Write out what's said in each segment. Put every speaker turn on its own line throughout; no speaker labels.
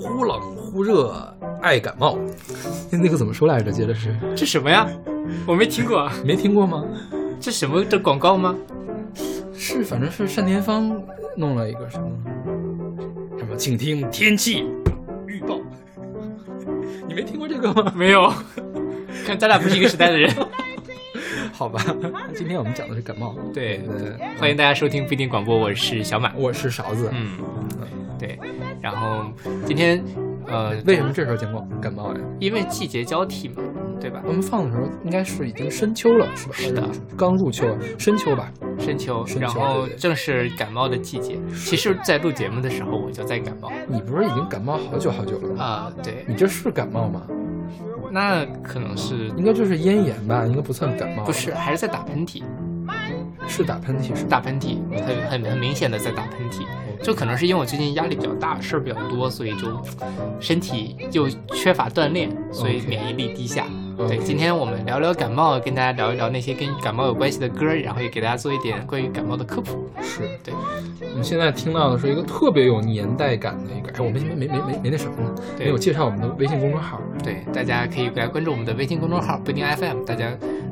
忽冷忽热，啊爱感冒。那个怎么说来着？接着是
这什么呀？我没听过，啊
没听过吗？
这什么的广告吗？
是，反正是单田芳弄了一个什么什么，请听天气预报。你没听过这个吗？
没有，看咱俩不是一个时代的人。
好吧， 今天我们讲的是感冒。
对，
呃，
欢迎大家收听不一定广播，我是小马。
我是勺子。
嗯，对。然后今天，呃，
为什么这时候讲广感冒呀？
因为季节交替嘛，对吧
我？们放的时候应该是已经深秋了，是吧？
是的，
刚入秋，啊深秋吧。
深秋，
深秋
然后
对对
正是感冒的季节。其实，在录节目的时候我就在感冒
你不是已经感冒好久好久了吗？
啊、对，
你这是感冒吗？
那可能是
应该就是咽炎吧，应该不算感冒。
不是，还是在打喷嚏，
是打喷嚏是吧？
打喷嚏，很很很明显的在打喷嚏。就可能是因为我最近压力比较大，事儿比较多，所以就身体又缺乏锻炼，所以
OK
免疫力低下。
OK
对，今天我们聊聊感冒，跟大家聊一聊那些跟感冒有关系的歌，然后也给大家做一点关于感冒的科普。
是
对。
我们现在听到的是一个特别有年代感的一个，哎，我们没没没没没那什么呢？
对
没有介绍我们的微信公众号。
对，大家可以来关注我们的微信公众号“不一定 FM”，大家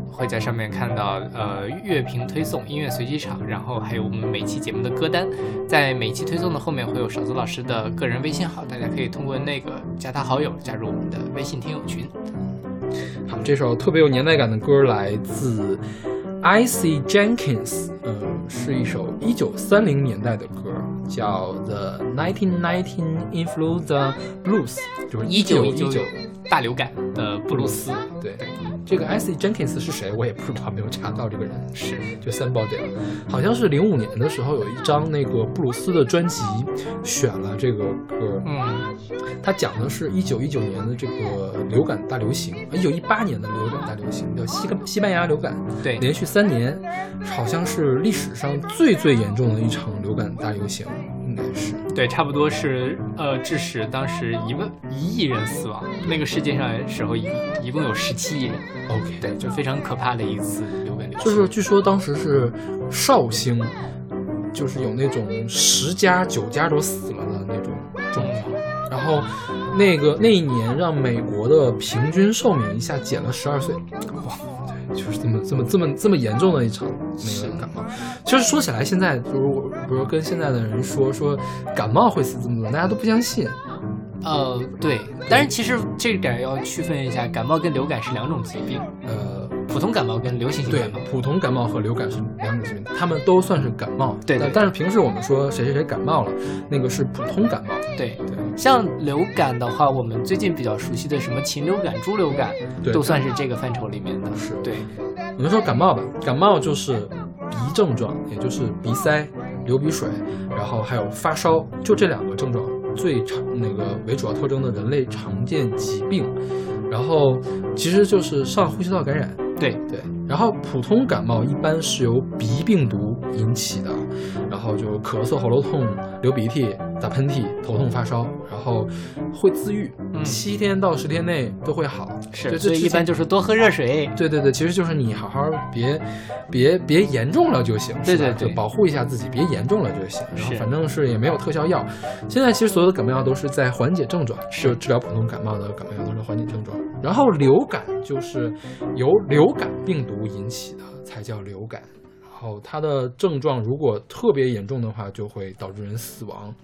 会在上面看到呃乐评推送、音乐随机场，然后还有我们每期节目的歌单。在每期推送的后面会有勺子老师的个人微信号，大家可以通过那个加他好友，加入我们的微信听友群。
好，这首特别有年代感的歌来自 Icy Jenkins，嗯、是一首一九三零年代的歌，叫 The 1919 Influenza Blues，就是
一
九
九一
一
九大流感的布鲁斯，
对，这个 Icy Jenkins 是谁，我也不知道，没有查到这个人。
是
就三宝点，好像是零五年的时候有一张那个布鲁斯的专辑，选了这个歌，
嗯，
它讲的是一九一九年的这个流感大流行，一九一八年的流感大流行，叫西个西班牙流感，
对
连续三年，好像是历史上最最严重的一场流感大流行，应该是。
对，差不多是呃，致使当时一万一亿人死亡。那个世界上时候一一共有十七亿人，
OK，
对，就非常可怕的一次流感流行。
就是据说当时是绍兴，就是有那种十家九家都死了的那种状况。然后，那个那一年让美国的平均寿命一下减了十二岁，哇，对，就是这么这么这么这么严重的一场那
是
个感冒。其实说起来，现在就是我，比如跟现在的人说说感冒会死这么多，大家都不相信。
呃，对，但是其实这点要区分一下，感冒跟流感是两种疾病，
呃，
普通感冒跟流行性
对
感冒。，
普通感冒和流感是两种疾病，他们都算是感冒。
对对
但但是平时我们说谁谁谁感冒了，那个是普通感冒。
对，
对，
像流感的话，我们最近比较熟悉的什么禽流感、猪流感，
对
都算是这个范畴里面的。
是
对，
我们说感冒吧，感冒就是鼻症状，也就是鼻塞、流鼻水，然后还有发烧，就这两个症状最常那个为主要特征的人类常见疾病。然后其实就是上呼吸道感染，
对，
对，然后普通感冒一般是由鼻病毒引起的，然后就咳嗽、喉咙痛、流鼻涕、打喷嚏、头痛、发烧，然后会自愈，
嗯
七天到十天内都会好。
是，
对
所以一般。就是多喝热水。
对对对，其实就是你好好别，别别严重了就行，
对
是吧
对对
就保护一下自己，别严重了就行。然后
是
反正是也没有特效药，现在其实所有的感冒药都是在缓解症状，
是
就治疗普通感冒的感冒药都是缓解症状。然后流感就是由流感病毒引起的，才叫流感。然后它的症状如果特别严重的话，就会导致人死亡。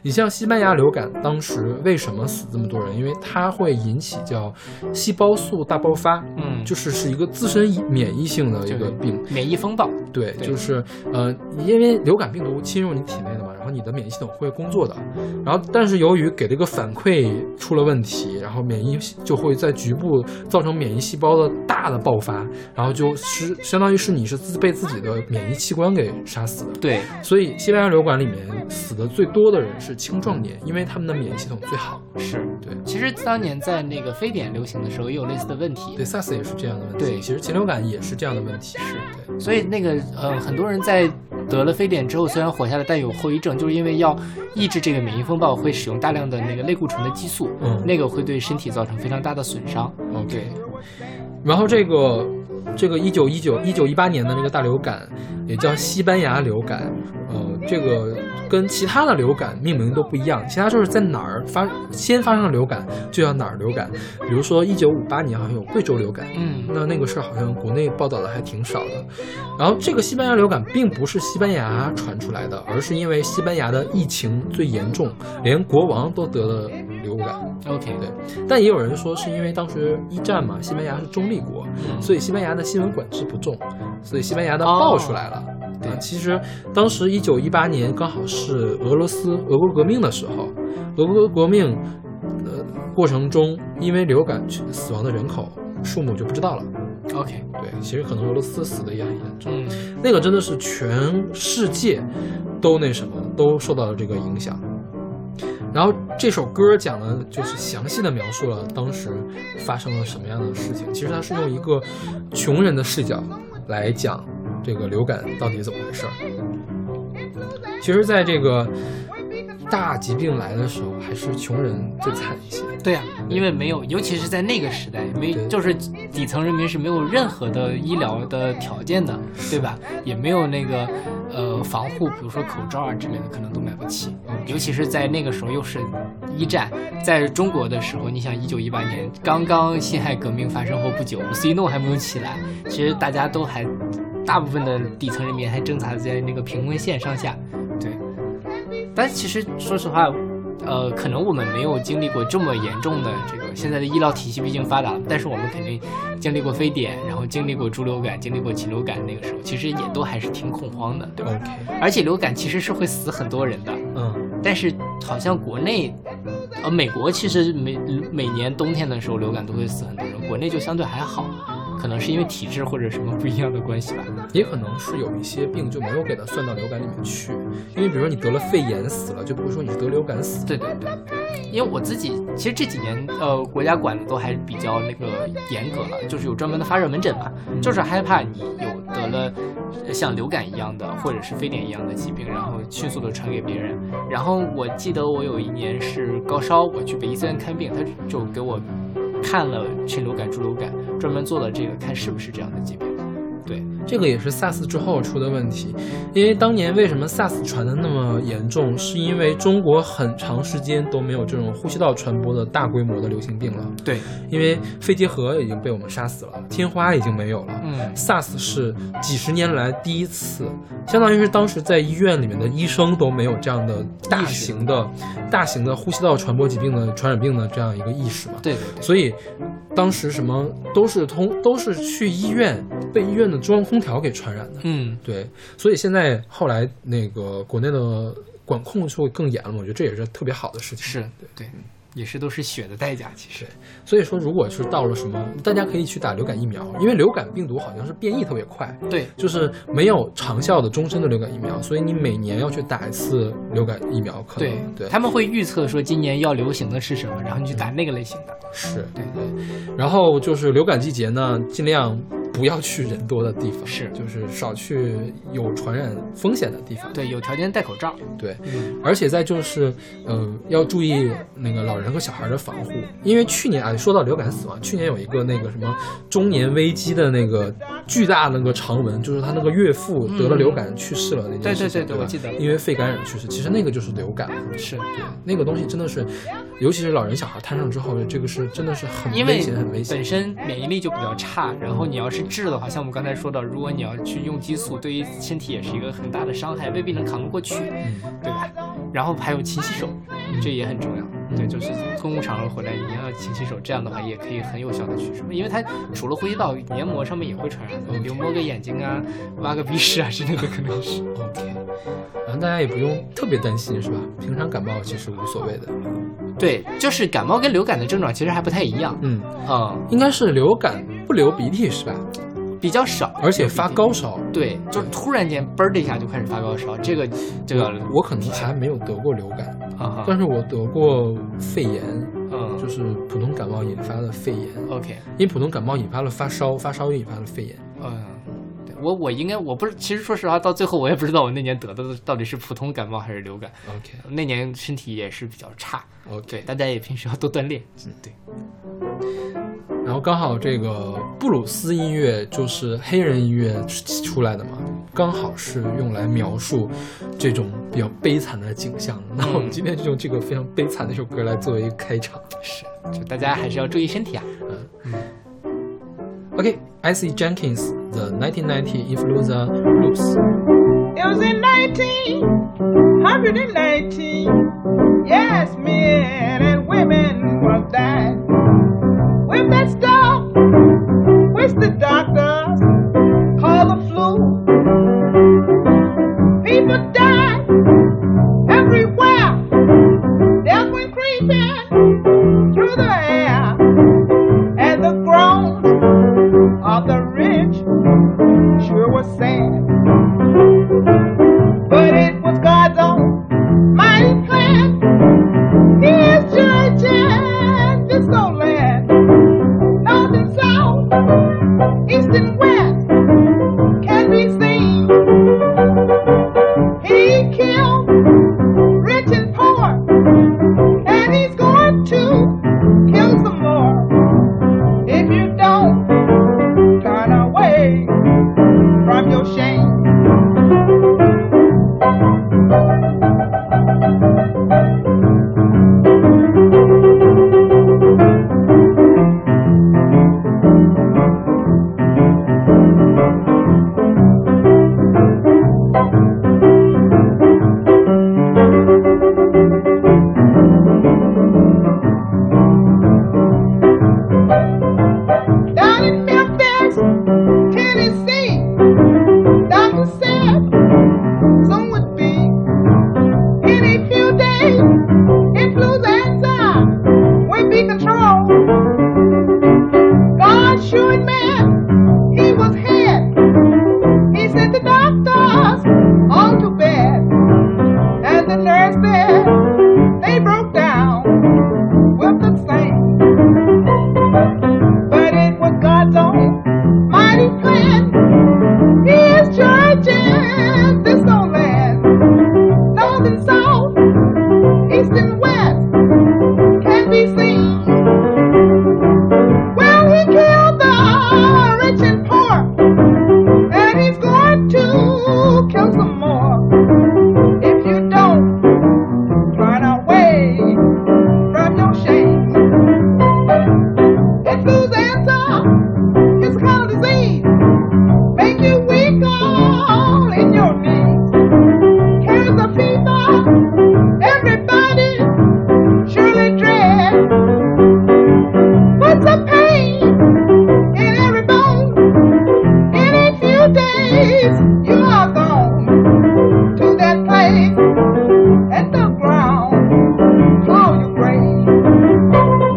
你像西班牙流感，当时为什么死这么多人？因为它会引起叫细胞素大爆发，
嗯，
就是是一个自身免疫性的一个病，
免疫风暴。
对，
对
就是呃，你因为流感病毒侵入你体内的嘛，然后你的免疫系统会工作的，然后但是由于给这个反馈出了问题，然后免疫系就会在局部造成免疫细胞的大的爆发，然后就是相当于是你是自被自己的免疫器官给杀死的，
对，
所以西班牙流感里面死的最多的人是青壮年，因为他们的免疫系统最好，
是。
对。
其实当年在那个非典流行的时候，也有类似的问题。
对，SARS 也是这样的问题。
对
其实禽流感也是这样的问题。是对。
所以那个呃，很多人在得了非典之后，虽然活下来，但有后遗症，就是因为要抑制这个免疫风暴，会使用大量的那个类固醇的激素，
嗯
那个会对身体造成非常大的损伤。
OK，然后这个这个一九一九一九一八年的那个大流感，也叫西班牙流感，呃，这个跟其他的流感命名都不一样，其他就是在哪儿发先发生流感就叫哪儿流感。比如说一九五八年好像有贵州流感，
嗯
那那个事儿好像国内报道的还挺少的。然后这个西班牙流感并不是西班牙传出来的，而是因为西班牙的疫情最严重，连国王都得了流感。
，OK，
对但也有人说是因为当时一战嘛，西班牙是中立国，
嗯哦
所以西班牙的新闻管制不重，所以西班牙的爆出来了。
对
啊其实当时一九一八年刚好是俄罗斯俄国革命的时候，俄国革命呃过程中，因为流感去死亡的人口数目就不知道了。
OK，
对，其实可能俄罗斯死的也很严重，
嗯
那个真的是全世界都那什么，都受到了这个影响。然后这首歌讲的就是详细的描述了当时发生了什么样的事情。其实它是用一个穷人的视角来讲这个流感到底怎么回事儿。其实，在这个大疾病来的时候，还是穷人最惨一些。
对啊，因为没有，尤其是在那个时代，没
对
就是底层人民是没有任何的医疗的条件的，对吧？也没有那个呃防护，比如说口罩啊之类的，可能都买不起。尤其是在那个时候又是一战，在中国的时候，你想一九一八年刚刚辛亥革命发生后不久，五四运动还没有起来，其实大家都还大部分的底层人民还挣扎在那个贫困线上下，对。
嗯
但其实说实话，呃，可能我们没有经历过这么严重的这个现在的医疗体系毕竟发达，但是我们肯定经历过非典，然后经历过猪流感，经历过禽流感，那个时候其实也都还是挺恐慌的，对吧？
OK，
而且流感其实是会死很多人的，
嗯，
但是好像国内，呃，美国其实每每年冬天的时候流感都会死很多人，国内就相对还好，可能是因为体质或者什么不一样的关系吧。
也可能是有一些病就没有给它算到流感里面去，因为比如说你得了肺炎死了，就不会说你是得流感死。
对对对，因为我自己其实这几年呃，国家管的都还是比较那个严格了，就是有专门的发热门诊嘛，
嗯
就是害怕你有得了呃像流感一样的或者是非典一样的疾病，然后迅速的传给别人。然后我记得我有一年是高烧，我去北医三院看病，他就给我看了禽流感、猪流感，专门做了这个看是不是这样的疾病。对，
Mm.
这个也是 SARS 之后出的问题，因为当年为什么 SARS 传的那么严重，是因为中国很长时间都没有这种呼吸道传播的大规模的流行病了，
对，
因为肺结核已经被我们杀死了，天花已经没有了。
嗯
SARS 是几十年来第一次，相当于是当时在医院里面的医生都没有这样的大型的、大型的呼吸道传播疾病的传染病的这样一个意识嘛。
对对对，
所以当时什么都是通都是去医院被医院的中央空调给传染的。
嗯，
对，所以现在后来那个国内的管控就会更严了，我觉得这也是特别好的事情。
是对，也是都是血的代价，其实。
所以说，如果是到了什么，大家可以去打流感疫苗，因为流感病毒好像是变异特别快，
对，
就是没有长效的终身的流感疫苗，所以你每年要去打一次流感疫苗，可
对
能对
他们会预测说今年要流行的是什么，然后你去打那个类型的。
是，
对
对。然后就是流感季节呢，尽量不要去人多的地方，
是
就是少去有传染风险的地方，
对，有条件戴口罩。
对。
嗯，
而且再就是，呃，要注意那个老人和小孩的防护，因为去年啊，说到流感死亡，去年有一个那个什么中年危机的那个巨大那个长文，就是他那个岳父得了流感去世了那件事情，
嗯对对对对
吧
我记得
因为肺感染去世，其实那个就是流感，
是
那个东西真的是，尤其是老人小孩摊上之后，这个是真的是很
因
危
为
险，很危险
本。身免疫力就比较差，然后你要是治的话，像我们刚才说的，如果你要去用激素，对于身体也是一个很大的伤害，未必能扛得过去，
嗯
对吧？然后还有勤洗手，这也很重要。
嗯
对，就是公共场合回来一定要勤洗手，这样的话也可以很有效的去除，因为它除了呼吸道黏膜上面也会传染的，比如摸个眼睛啊、挖个鼻屎啊之类的，可能是。
，OK，然后大家也不用特别担心，是吧？平常感冒其实无所谓的，
对，就是感冒跟流感的症状其实还不太一样，
嗯，
嗯，
应该是流感不流鼻涕是吧？
比较少，
而且发高烧。
对，就突然间嘣儿的一下就开始发高烧，这个这个
我可能还没有得过流感，
啊
但是
哈，
我得过肺炎，就
嗯
是普通感冒引发的肺炎。
，OK，
因为普通感冒引发了发烧，发烧又引发了肺炎。
嗯。对我我应该我不是，其实说实话，到最后我也不知道我那年得的到底是普通感冒还是流感。
OK
那年身体也是比较差，对，
OK，嗯
大家也平时要多锻炼。对，
然后刚好这个布鲁斯音乐就是黑人音乐出出来的嘛，刚好是用来描述这种比较悲惨的景象。那
嗯
我们今天就用这个非常悲惨的一首歌来作为一个开场。
是，就大家还是要注意身体啊。
OK, Icy Jenkins 的《1990 Influenza Blues》。
It was in 1919. Yes, men and women was dying. With that stuff, which the doctors call the flu. People died everywhere. Death went creeping through the air. And the groans of the rich sure was sad. But it was God's own mighty plan. He is judging this old land, north and south, east and west, can be seen. He killed rich and poor, and he's going to kill some more. If you don't turn away from your shame. Down in Memphis, Tennessee, Doctor said soon would be in a few days influenza would be controlled. God showed man he was head. He sent the doctors all to bed, and the nurses they broke down with the same. But it was God's own mighty plan. He is judging this old land, north and south, east and west, can be seen. Well, he killed the rich and poor, and he's going to kill some more. If you don't turn away from your shame. Influenza is a kind of disease. Make you weak all in your knees. Carries a fever. Everybody surely dread. Puts a pain in every bone. In a few days you are gone to that place at the ground. Call your grave.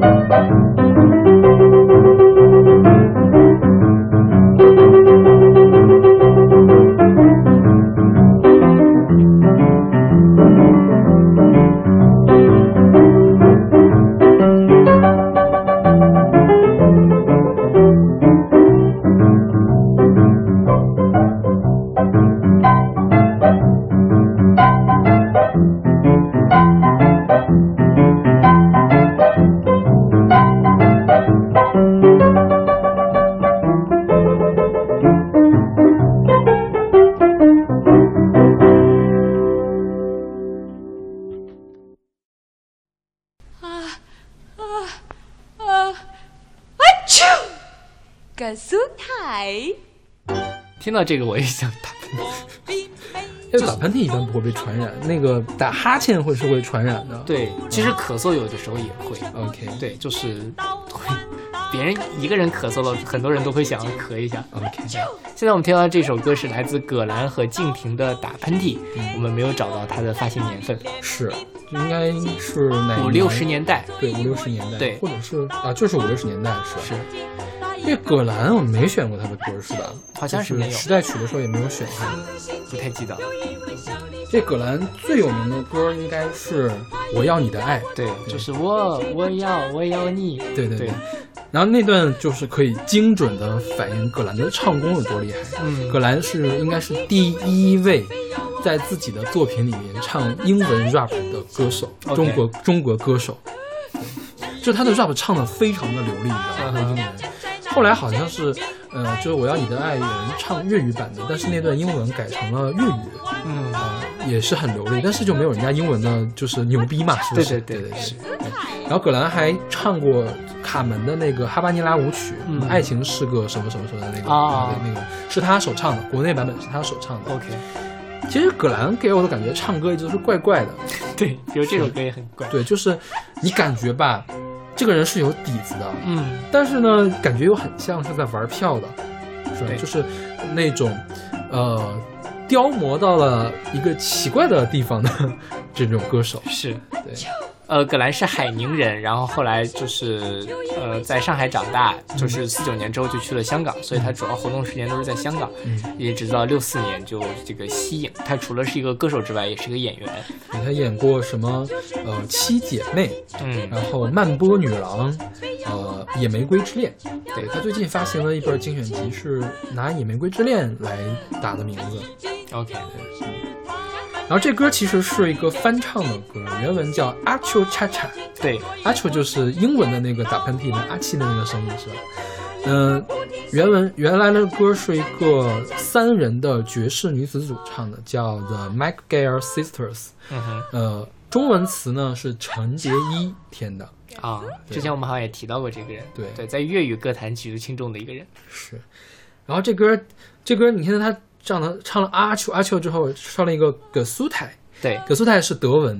Uh, achoo! Gesundheit!
听到这个我也想打。
因为打喷嚏一般不会被传染，那个打哈欠会是会传染的。
对，其实咳嗽有的时候也会。
，OK，
对，就是会，别人一个人咳嗽了，很多人都会想要咳一下。
，OK，
现在我们听到这首歌是来自葛兰和静婷的《打喷嚏》，我们没有找到它的发行年份，
嗯是，应该是哪一
五六十年代
对，五六十年代，
对
或者是啊，就是五六十年代是吧
是。
因为葛兰我没选过他的歌是吧？
好像是
就
没有
时代曲的时候也没有选过。
不太记得了。
这葛兰最有名的歌应该是《我要你的爱》，
对，就是我我要我要你。
对对
对，
然后那段就是可以精准的反映葛兰的唱功有多厉害。
嗯
葛兰是应该是第一位在自己的作品里面唱英文 rap 的歌手，
OK
中国中国歌手。对就他的 rap 唱的非常的流利，你知道吗？
嗯
那
哼
英文。后来好像是呃，就是我要你的爱人唱粤语版的，但是那段英文改成了粤语，啊
嗯，
也是很流利，但是就没有人家英文的，就是牛逼嘛，是不是？
对对对
对是。然后葛兰还唱过卡门的那个《哈巴尼拉舞曲》，
嗯
爱情是个什么什么什么的那个，
啊
那个那个是他首唱的，国内版本是他首唱的。
OK，
其实葛兰给我的感觉，唱歌一直都是怪怪的，
对，比如这首歌也很怪，
对，就是你感觉吧，这个人是有底子的，
嗯，
但是呢，感觉又很像是在玩票的，是吧
对
就是那种呃雕磨到了一个奇怪的地方的 这种歌手。
是
对，
呃，葛兰是海宁人，然后后来就是呃，在上海长大，
嗯
就是四九年之后就去了香港，所以他主要活动时间都是在香港，
嗯
也直到六四年就这个息影。他除了是一个歌手之外，也是一个演员，
他演过什么呃七姐妹，
嗯，
然后曼波女郎，呃野玫瑰之恋。
对
他最近发行了一本精选集，是拿野玫瑰之恋来打的名字。
，OK，
然后这歌其实是一个翻唱的歌，原文叫阿丘恰恰。
对，
阿丘就是英文的那个打喷嚏的阿气的那个声音是吧？嗯、原文原来的歌是一个三人的爵士女子组唱的，叫 The Mike Gale Sisters。
嗯哼，
呃，中文词呢是陈洁一填的，
啊，之前我们好像也提到过这个人，
对
对，在粤语歌坛举足轻重的一个人，
是。然后这歌这歌你看他唱了唱了阿丘阿丘之后，唱了一个葛苏泰，
对，
葛苏泰是德文，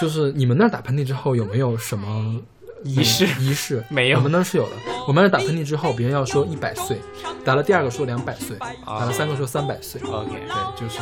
就是你们那儿打喷嚏之后有没有什么
仪式
嗯仪式
没有
我们那儿是有的。我们那儿打喷嚏之后，别人要说一百岁，打了第二个说两百岁，打了三个说三百岁，
啊，OK，
对，就是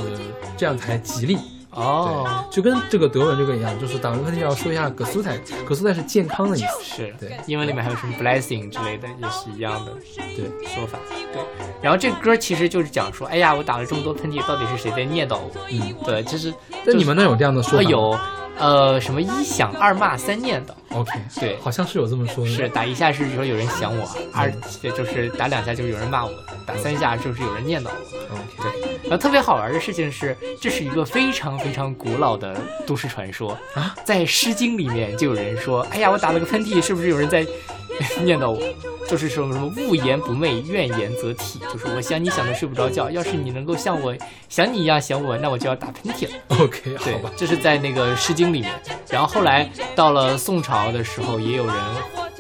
这样才吉利。
哦，
对，就跟这个德文这个一样，就是打完喷嚏要说一下 “gesundheit”。“gesundheit” 是健康的意思。
是，
对
英文里面还有什么 blessing 之类的，也是一样的
对，
说法。对，然后这歌其实就是讲说，哎呀，我打了这么多喷嚏，到底是谁在念叨我？
嗯，
对，就是
那你们那儿有这样的说
说
法吗？
有，呃，什么一想二骂三念叨，
OK，
对
好像是有这么说的。嗯
是打一下是说有人想我，二就是打两下就是有人骂我，打三下就是有人念叨我。
，OK，
对，然后特别好玩的事情是，这是一个非常非常古老的都市传说
啊，
在《诗经》里面就有人说：“哎呀，我打了个喷嚏，是不是有人在 念叨我？”就是什么什么“勿言不寐，怨言则体”，就是我想你想的睡不着觉，要是你能够像我想你一样想我，那我就要打喷嚏了。
OK，
对
好吧，，
这是在那个《诗经》里面。然后后来到了宋朝的时候，也有人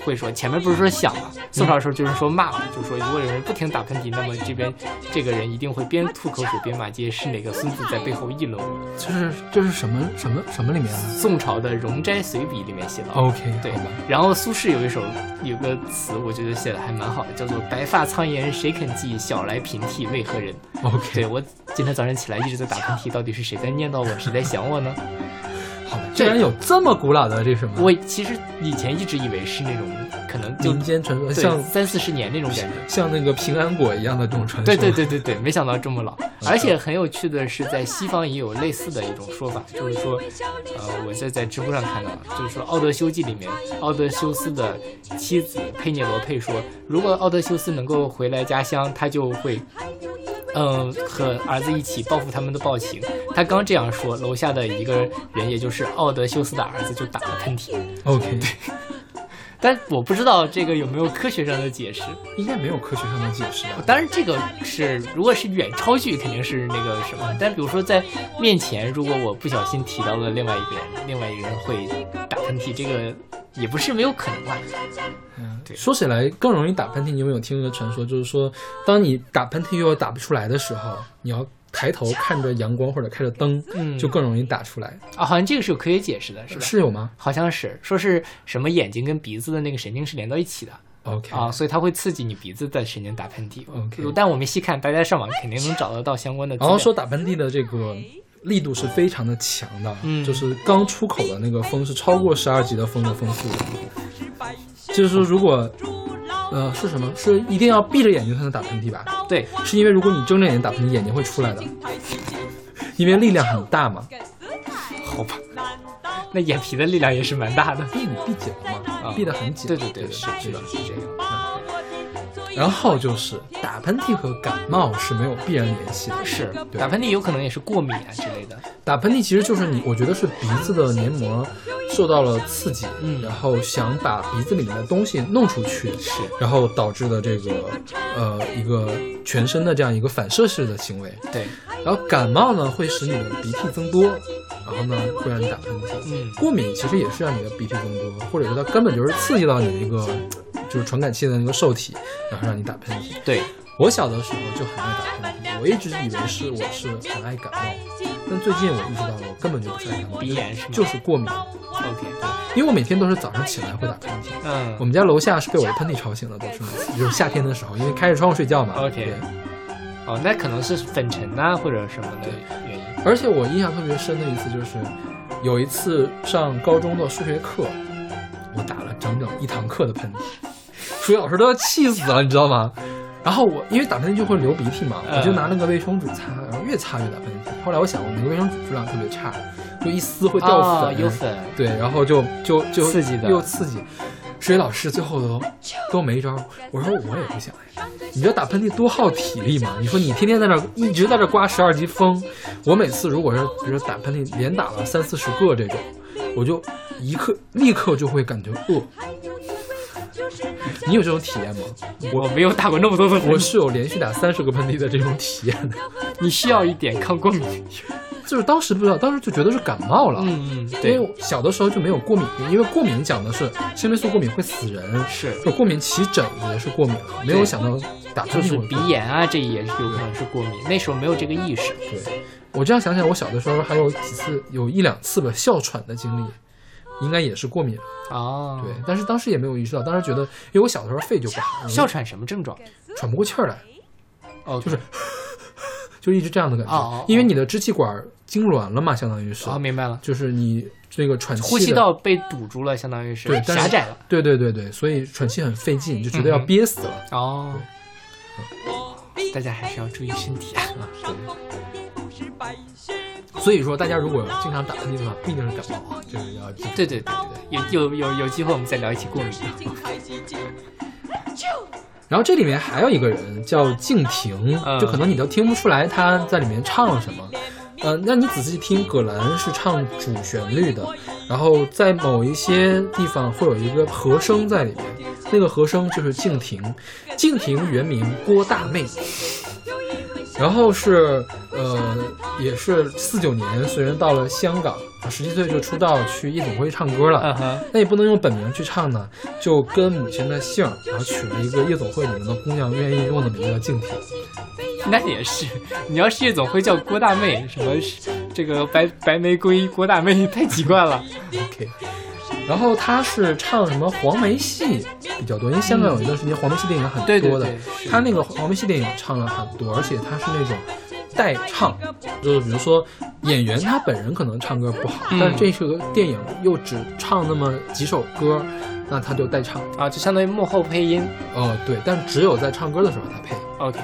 会说，前面不是说想嘛，宋朝的时候就是说骂嘛，就说如果有人不停打喷嚏，那么这边这个人一定会边吐口水边骂街，是哪个孙子在背后议论我？
这是这是什么什么什么里面啊的
宋朝的《容斋随笔》里面写到。
？OK，
对
好吧，，
然后苏轼有一首有个词，我觉得写的还蛮好的，叫做“白发苍颜谁肯记，小来平替为何人”。
，OK，
对我今天早上起来一直在打喷嚏，到底是谁在念叨我，谁在想我呢？
好吧，居然有这么古老的这什么
我其实以前一直以为是那种可能就
民间传说，
对
像
三四十年那种感觉。
像那个平安果一样的这种传说。
对对对对对，没想到这 么老，而且很有趣的是，在西方也有类似的一种说法，就是说，呃，我在在知乎上看到，就是说《奥德修记》里面，奥德修斯的妻子佩涅罗佩说，如果奥德修斯能够回来家乡，他就会嗯，和儿子一起报复他们的暴行。他刚这样说，楼下的一个人，也就是奥德修斯的儿子，就打了喷嚏。
，OK，
但我不知道这个有没有科学上的解释。
应该没有科学上的解释吧？
当然，这个是如果是远超距，肯定是那个什么。但比如说在面前，如果我不小心提到了另外一个人，另外一个人会打喷嚏，这个也不是没有可能吧？
嗯
对
说起来更容易打喷嚏，你有没有听过传说？就是说，当你打喷嚏又打不出来的时候，你要抬头看着阳光或者开着灯，
嗯
就更容易打出来，
啊，好像这个是有科学解释的，是吧？
是有吗
好像是说是什么眼睛跟鼻子的那个神经是连到一起的。
？OK，
啊，所以它会刺激你鼻子的神经打喷嚏。
OK
但我没细看，大家上网肯定能找得到相关的资
然
料。
后说打喷嚏的这个力度是非常的强的，
嗯
就是刚出口的那个风是超过十二级的风的风速的，就是说如果，呃，是什么？是一定要闭着眼睛才能打喷嚏吧？
对，
是因为如果你睁着眼睛打喷嚏，眼睛会出来的，因为力量很大嘛。
好吧，那眼皮的力量也是蛮大的。
因为你闭紧了嘛，
啊
闭得很紧。
对对对，是
是
是
的
的，。是这样。
嗯然后就是打喷嚏和感冒是没有必然联系的，
是
对
打喷嚏有可能也是过敏啊之类的。
打喷嚏其实就是你，我觉得是鼻子的黏膜受到了刺激，
嗯
然后想把鼻子里面的东西弄出去，
是
然后导致的这个呃一个全身的这样一个反射式的行为。
对，
然后感冒呢会使你的鼻涕增多，然后呢会让你打喷嚏。
嗯
过敏其实也是让你的鼻涕增多，或者是它根本就是刺激到你的一个就是传感器的那个受体，然后让你打喷嚏。
对，
我小的时候就很爱打喷嚏，我一直以为是我是很爱感冒，但最近我意识到了我根本就不是爱感冒，
鼻炎是吗
就是过敏，
，OK，
因为我每天都是早上起来会打喷嚏。
嗯，
我们家楼下是被我的喷嚏吵醒的，都是每次，就是夏天的时候，因为开着窗户睡觉嘛。
OK
对
哦，那可能是粉尘呐、或者什么的原因。
而且我印象特别深的一次就是，有一次上高中的数学课，我打了整整一堂课的喷嚏，数学老师都要气死了，你知道吗？然后我因为打喷嚏就会流鼻涕嘛，
嗯
我就拿那个卫生纸擦，然后越擦越打喷嚏。后来我想，我那个卫生纸质量特别差，就一撕会掉
哦
粉，
有粉。
对，然后就就就
刺激的
又刺激。数学老师最后都都没招儿，我说我也不想呀。你知道打喷嚏多耗体力吗？你说你天天在那儿一直在这儿刮十二级风，我每次如果是比如说打喷嚏连打了三四十个这种，我就一刻立刻就会感觉饿。你有这种体验吗？
我没有打过那么多的
我
粉，
是有连续打三十个喷嚏的这种体验的，
你需要一点抗过敏的药。
就是当时不知道，当时就觉得是感冒了。
嗯嗯，
因为
对，
我小的时候就没有过敏，因为过敏讲的是青霉素过敏会死人，
是
就过敏起疹子是过敏了，没有想到打喷
就
嚏
是
会
鼻炎啊，这也是有可能是过敏。那时候没有这个意识。
对，我这样想想，我小的时候还有几次，有一两次吧哮喘的经历，应该也是过敏了。
哦，
对，，但是当时也没有意识到，当时觉得，因为我小的时候肺就不好，
哮喘什么症状？
喘不过气儿来，
哦，
就是 就一直这样的感
哦哦哦
觉，因为你的支气管痉挛了嘛，相当于是
哦，，明白了，
就是你这个喘气
呼吸
的
道被堵住了，相当于是
对，但是
狭窄了。
对对对对，所以喘气很费劲，就觉得要
嗯哼
憋死了。
哦，大家还是要注意身体啊。
所以说，大家如果经常打喷嚏的话，不一定是感冒啊，就是要记住
对对对对对，有有有有机会我们再聊一起过敏。啊
然后这里面还有一个人叫敬亭，
嗯
就可能你都听不出来他在里面唱了什么。呃，那你仔细听，葛兰是唱主旋律的，然后在某一些地方会有一个和声在里面，那个和声就是敬亭。敬亭原名郭大妹，然后是呃，也是四九年，虽然到了香港，十七岁就出道去夜总会唱歌了。
嗯哼，
那也不能用本名去唱呢，就跟母亲的姓儿，然后取了一个夜总会里面的姑娘愿意用的名字叫静婷。
那也是，你要是夜总会叫郭大妹，什么是这个白白玫瑰郭大妹，太奇怪了。
OK，然后她是唱什么黄梅戏比较多，因为香港有一段时间黄梅戏电影很
对对
多的，
对是
她那个黄梅戏电影唱了很多，而且她是那种。代唱，就是比如说演员他本人可能唱歌不好，
嗯
但是这是个电影又只唱那么几首歌，那他就代唱。
啊，就相当于幕后配音。
哦，对，但只有在唱歌的时候才配。
OK，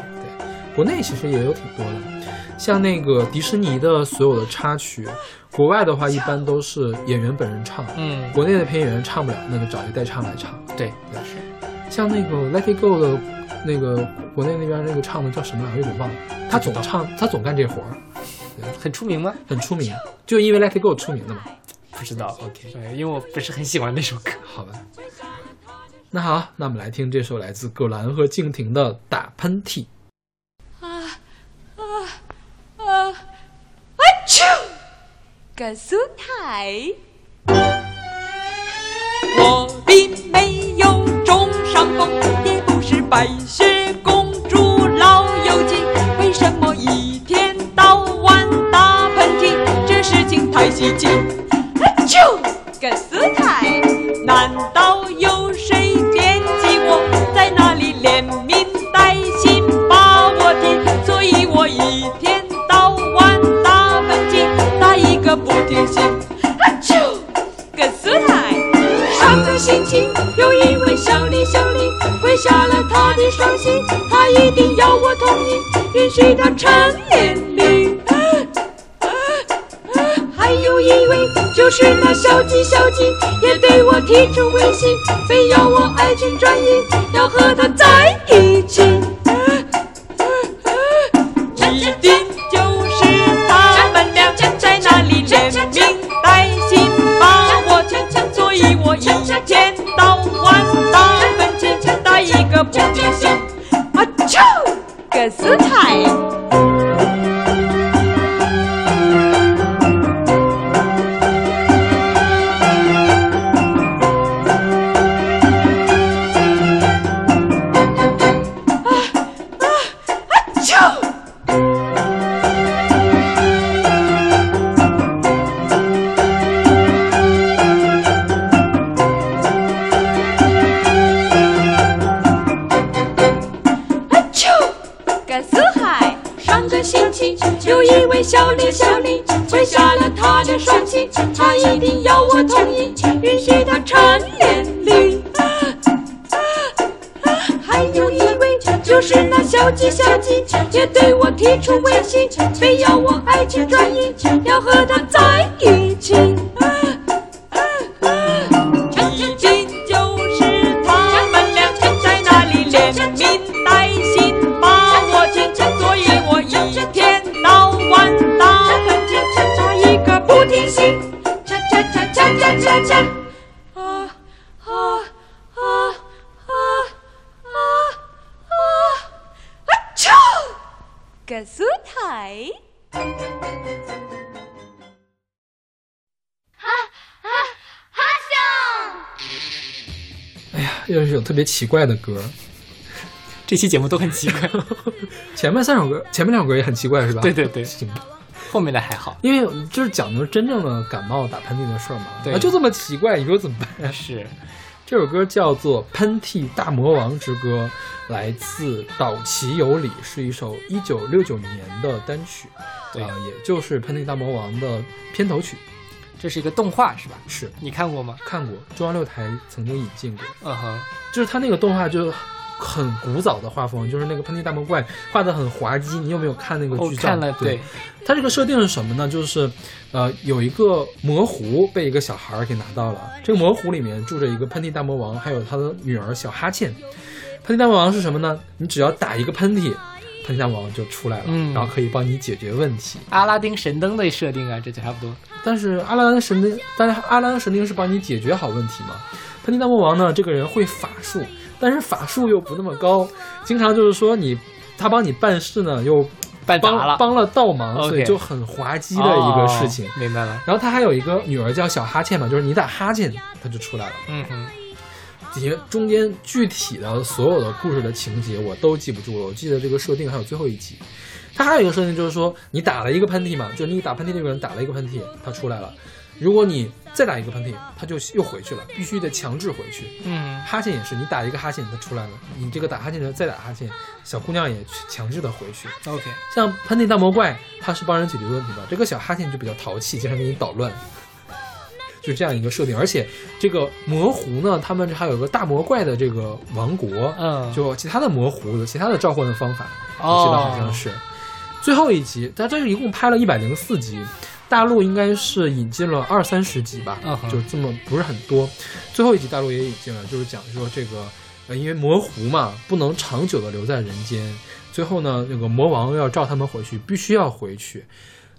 国内其实也有挺多的，像那个迪士尼的所有的插曲，国外的话一般都是演员本人唱，
嗯，
国内的配音演员唱不了，那就找一代唱来唱。
对，
像那个《Let It Go》的，那个国内那边那个唱的叫什么来着？我给忘了。他总唱，他总干这活儿，
很出名吗？
很出名，就因为《Let It Go》出名的嘛。
不知道。OK，因哎为我不是很喜欢那首歌。
好吧，那好，那我们来听这首来自葛兰和敬亭的《打喷嚏》。
啊呃，阿啾，个苏台。
我并没有中伤风，也不是白雪公主老友记，为什么一天到晚打喷嚏？这事情太稀奇，
啾，个苏台。
难道有谁惦记我，在那里连名带姓把我踢？所以我一天到晚打喷嚏，打一个不停息。啊
阿啾，个苏台。
上个星期有一位小丽，小丽跪下了她的双膝，她一定要我同意允许她成年礼。还有一位就就是那小鸡，小鸡也对我提出威胁，非要我爱情转移，要和他在一起。一定就是他们俩在那里连名带姓把我欺，所以我一天到晚打喷嚏，打一个不停歇。啊啾！
格斯泰。
嗯
格斯海，
上个星期有一位小李小李跪下了他的双膝，他一定要我同意，允许他缠连理。啊啊啊还有一位就是那小鸡小鸡，也对我提出威胁，非要我爱情转移，要和他在一起。啊啊啊一定就是他们俩在那里连名带姓把我欺，所以我一天到晚打喷嚏，打一个不停息。恰恰恰恰恰恰恰。啊啊啊啊啊啊！啊
哎
啾！
格斯泰。
又是一首特别奇怪的歌。
这期节目都很奇怪，
前面三首歌，前面两首歌也很奇怪，是吧？
对对对
行
后面的还好。
因为就是讲的是真正的感冒打喷嚏的事儿嘛，
对
啊就这么奇怪，你说怎么办？
是，
这首歌叫做《喷嚏大魔王之歌》，来自岛崎有里，是一首一九六九年的单曲，
对
啊、也就是《喷嚏大魔王》的片头曲，
这是一个动画是吧？
是
你看过吗？
看过中央六台曾经引进过，
嗯哼，
就是它那个动画就很古早的画风，就是那个喷嚏大魔怪画的很滑稽。你有没有看那个
我
剧照？
哦看了，
对，它这个设定是什么呢？就是，呃，有一个魔壶被一个小孩儿给拿到了，这个魔壶里面住着一个喷嚏大魔王，还有他的女儿小哈欠。喷嚏大魔王是什么呢？你只要打一个喷嚏，喷嚏大魔王就出来了，
嗯
然后可以帮你解决问题。
阿拉丁神灯的设定啊，这就差不多。
但是阿拉丁神灯，但是阿拉丁神灯是帮你解决好问题嘛？喷嚏大魔王呢，这个人会法术，但是法术又不那么高，经常就是说你他帮你办事呢，又
办砸
帮
了
帮了倒忙，
OK
所以就很滑稽的一个事情。
哦明白了。
然后他还有一个女儿叫小哈欠嘛，就是你打哈欠，他就出来了。
嗯哼，
底下中间具体的所有的故事的情节我都记不住了，我记得这个设定还有最后一集。它还有一个设定就是说，你打了一个喷嚏嘛，就你打喷嚏那个人打了一个喷嚏，他出来了。如果你再打一个喷嚏，他就又回去了，必须得强制回去。
嗯，
哈欠也是，你打一个哈欠，他出来了。你这个打哈欠的人再打哈欠，小姑娘也强制的回去。
OK，
像喷嚏大魔怪，他是帮人解决问题的，这个小哈欠就比较淘气，经常给你捣乱， 就这样一个设定。而且这个魔狐呢，他们还有个大魔怪的这个王国，
嗯
就其他的魔狐有其他的召唤的方法，
哦
我记得好像是。最后一集，它这个一共拍了一百零四集，大陆应该是引进了二三十集吧，
嗯哼
就这么不是很多。最后一集大陆也引进了，就是讲说这个，呃，因为魔狐嘛，不能长久的留在人间，最后呢，那个魔王要召他们回去，必须要回去。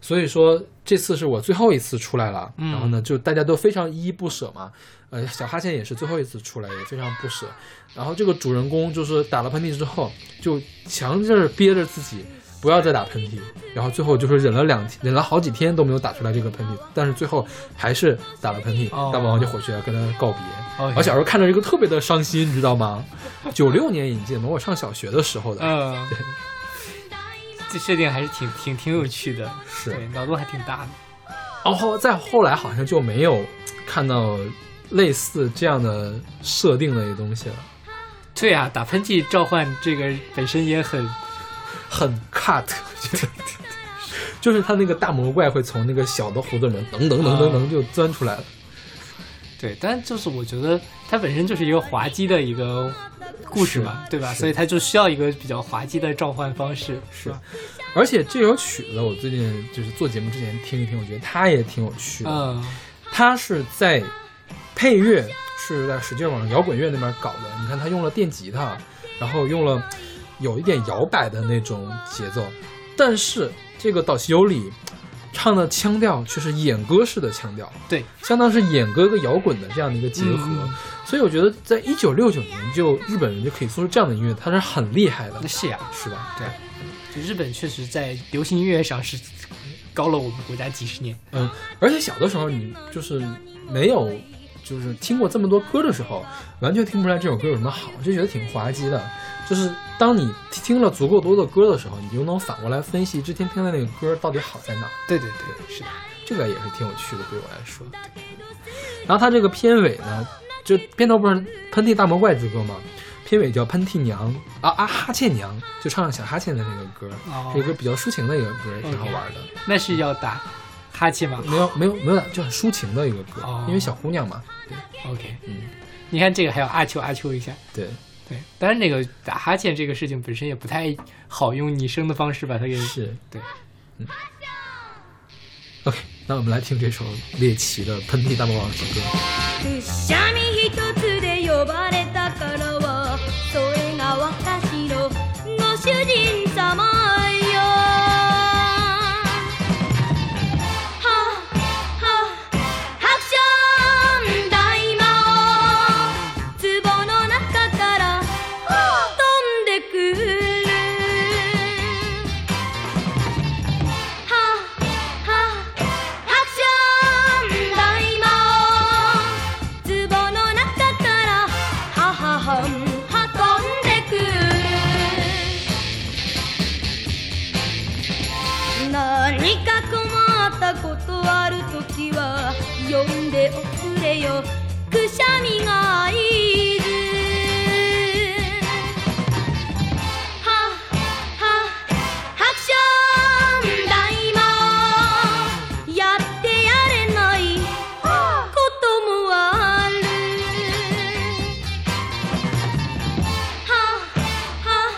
所以说这次是我最后一次出来了，然后呢，就大家都非常依依不舍嘛。呃，小哈欠也是最后一次出来，也非常不舍。然后这个主人公就是打了喷嚏之后，就强制憋着自己不要再打喷嚏，然后最后就是忍了两天，忍了好几天都没有打出来这个喷嚏，但是最后还是打了喷嚏，
哦
大魔王就回去了跟他告别。
OK
我小时候看着这个特别的伤心，你知道吗？九六年引进的，我上小学的时候的，
嗯，这设定还是挺挺挺有趣的，
是
对，脑洞还挺大的。
然后再后来好像就没有看到类似这样的设定类的东西了，
对啊，打喷嚏召唤这个本身也很
很 cut，我 觉得。就是他那个大魔怪会从那个小的胡子里面噔噔噔噔噔就钻出来了，
啊对，但就是我觉得它本身就是一个滑稽的一个故事嘛，对吧？所以它就需要一个比较滑稽的召唤方式，是吧？
而且这首曲子我最近就是做节目之前听一听，我觉得它也挺有趣的。
嗯，
它是在配乐是在使劲往摇滚乐那边搞的。你看，它用了电吉他，然后用了有一点摇摆的那种节奏，但是这个岛西有里唱的腔调却是演歌式的腔调，
对，
相当是演歌跟摇滚的这样的一个结合。
嗯嗯
所以我觉得，在一九六九年就日本人就可以做出这样的音乐，它是很厉害的
那，是呀、
是吧？
对，就日本确实在流行音乐上是高了我们国家几十年。
嗯，而且小的时候你就是没有，就是听过这么多歌的时候，完全听不出来这首歌有什么好，就觉得挺滑稽的。就是当你听了足够多的歌的时候，你就能反过来分析之前听的那个歌到底好在哪儿。
对对对，是的，
这个也是挺有趣的，对我来说。然后它这个片尾呢，就片头不是《喷嚏大魔怪》之歌吗？片尾叫《喷嚏娘》啊啊哈欠娘，就唱小哈欠的那个歌，
哦嗯
这个歌比较抒情的一个歌，也挺好玩的。
那是要打哈欠吗
没有没有没有，就很抒情的一个歌，
哦
因为小姑娘嘛，
？OK，
嗯，
你看这个还要啊秋啊秋一下。
对，
对，当然那个打哈欠这个事情本身也不太好用拟声的方式把它给
是
对。
嗯 OK。那我们来听这首猎奇的《喷嚏大魔王》之歌。
くしゃみひとつで呼ばれたからはそれが私のご主人様よははハクション大魔王壺の中から飛んでくるははハクション大魔王壺の中からはははんは飛んでくる何か困ったことあるときは呼んでおくれよくしゃみがいるはっはっハクション大魔王やってやれないこともあるはっはっ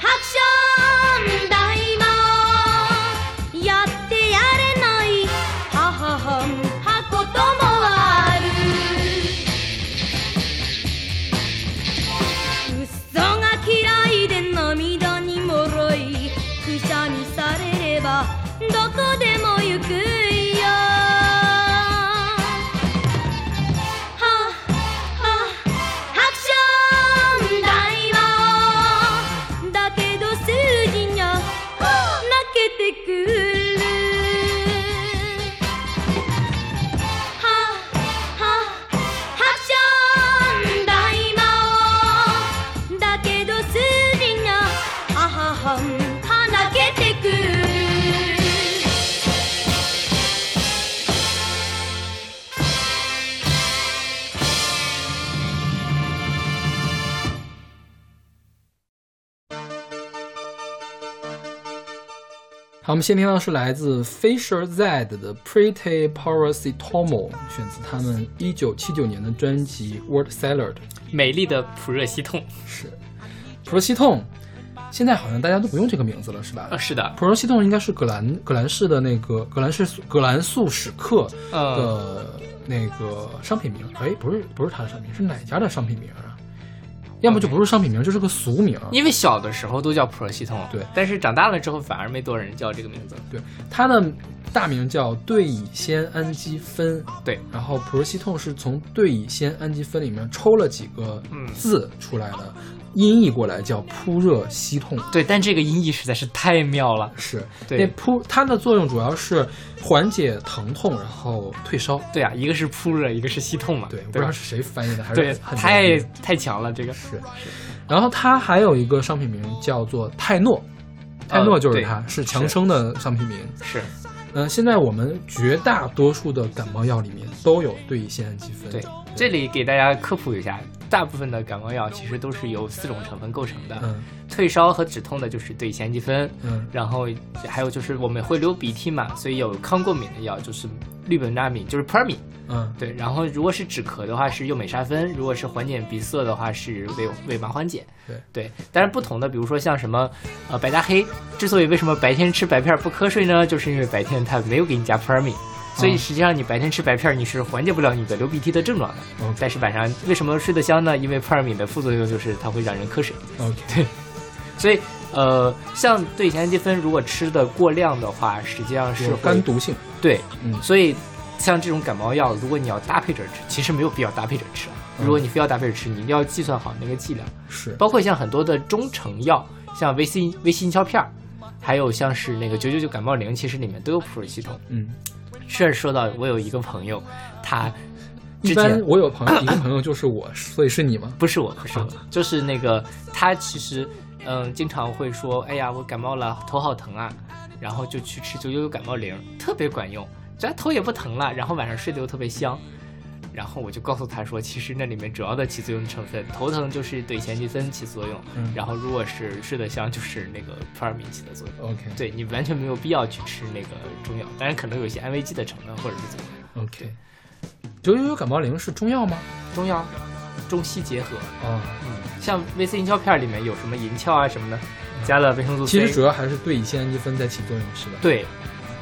ハクション大魔王やってやれないはははんはこともある嘘が嫌いで涙にもろいくしゃみされればどこでも行くよははハクション大魔王だけど数字が泣けてくるははハクション大魔王だけど数字がはははんはなけてくる
好，我们先听到是来自 Fisher Z 的《Pretty Policy Tomo》，选自他们一九七九年的专辑《Word Salad》。
美丽的普热西痛
是，普罗西痛，现在好像大家都不用这个名字了，是吧？
啊，是的，
普罗西痛应该是葛兰葛兰氏的那个葛兰氏葛兰素史克
呃，
的那个商品名，哎，不是不是他的商品，是哪家的商品名啊？要么就不是商品名，就是个俗名。
因为小的时候都叫普热西痛，
对
但是长大了之后反而没多人叫这个名字，
对，他的大名叫对乙酰氨基酚，
对，
然后普罗西痛是从对乙酰氨基酚里面抽了几个
嗯
字出来的，音译过来叫扑热息痛。
对，但这个音译实在是太妙了，
是，
对
那扑它的作用主要是缓解疼痛，然后退烧。
对啊，一个是扑热，一个是西痛嘛，
对，我不
对
知道
吧？哦
是谁翻译的，还是
对，
很
太
牛逼
太强了，这个
是。然后它还有一个商品名叫做泰诺，泰诺就是它，
哦对
是强生的商品名。
是
嗯、现在我们绝大多数的感冒药里面都有对乙酰氨基酚。
对。这里给大家科普一下，大部分的感冒药其实都是由四种成分构成的，
嗯
退烧和止痛的就是对乙酰氨基酚，
嗯
然后还有就是我们会流鼻涕嘛，所以有抗过敏的药就是氯苯那敏，就是 Permin。
嗯
对，然后如果是止咳的话是右美沙芬，如果是缓解鼻塞的话是伪伪麻黄碱。
对
对，但是不同的，比如说像什么呃白加黑，之所以为什么白天吃白片不瞌睡呢？就是因为白天它没有给你加 Permin。所
嗯
以实际上你白天吃白片儿，你是缓解不了你的流鼻涕的症状的。
OK
但是晚上为什么睡得香呢？因为扑尔敏的副作用就是它会让人瞌睡。
OK，
对，所以呃，像对乙酰氨基酚如果吃的过量的话，实际上是
有
会
肝毒性，
对，
嗯
所以像这种感冒药，如果你要搭配着吃，其实没有必要搭配着吃啊。如果你非要搭配着吃，你一定要计算好那个剂量。
嗯是
包括像很多的中成药，像维 C 维 C 银翘片儿，还有像是那个九九九感冒灵，其实里面都有普洱系统。
嗯。
这说到我有一个朋友，他
一
之前
般我有朋友，一个朋友就是我，所以是你吗？
不是我，不是我，就是那个他其实嗯，经常会说，哎呀，我感冒了，头好疼啊，然后就去吃九九九感冒灵，特别管用，这头也不疼了，然后晚上睡得又特别香。然后我就告诉他说，其实那里面主要的起作用成分，头疼就是对前基酚起作用，
嗯
然后如果是睡得香，就是那个扑尔敏起的作用。
OK
对你完全没有必要去吃那个中药，当然可能有一些安慰剂的成分或者是怎么样。
OK，九九九感冒灵是中药吗？
中药中西结合，
啊，
嗯，像维 C 银翘片里面有什么银翘啊什么的，加了维生素 C，
其实主要还是对乙酰氨基酚在起作用，是吧？
对。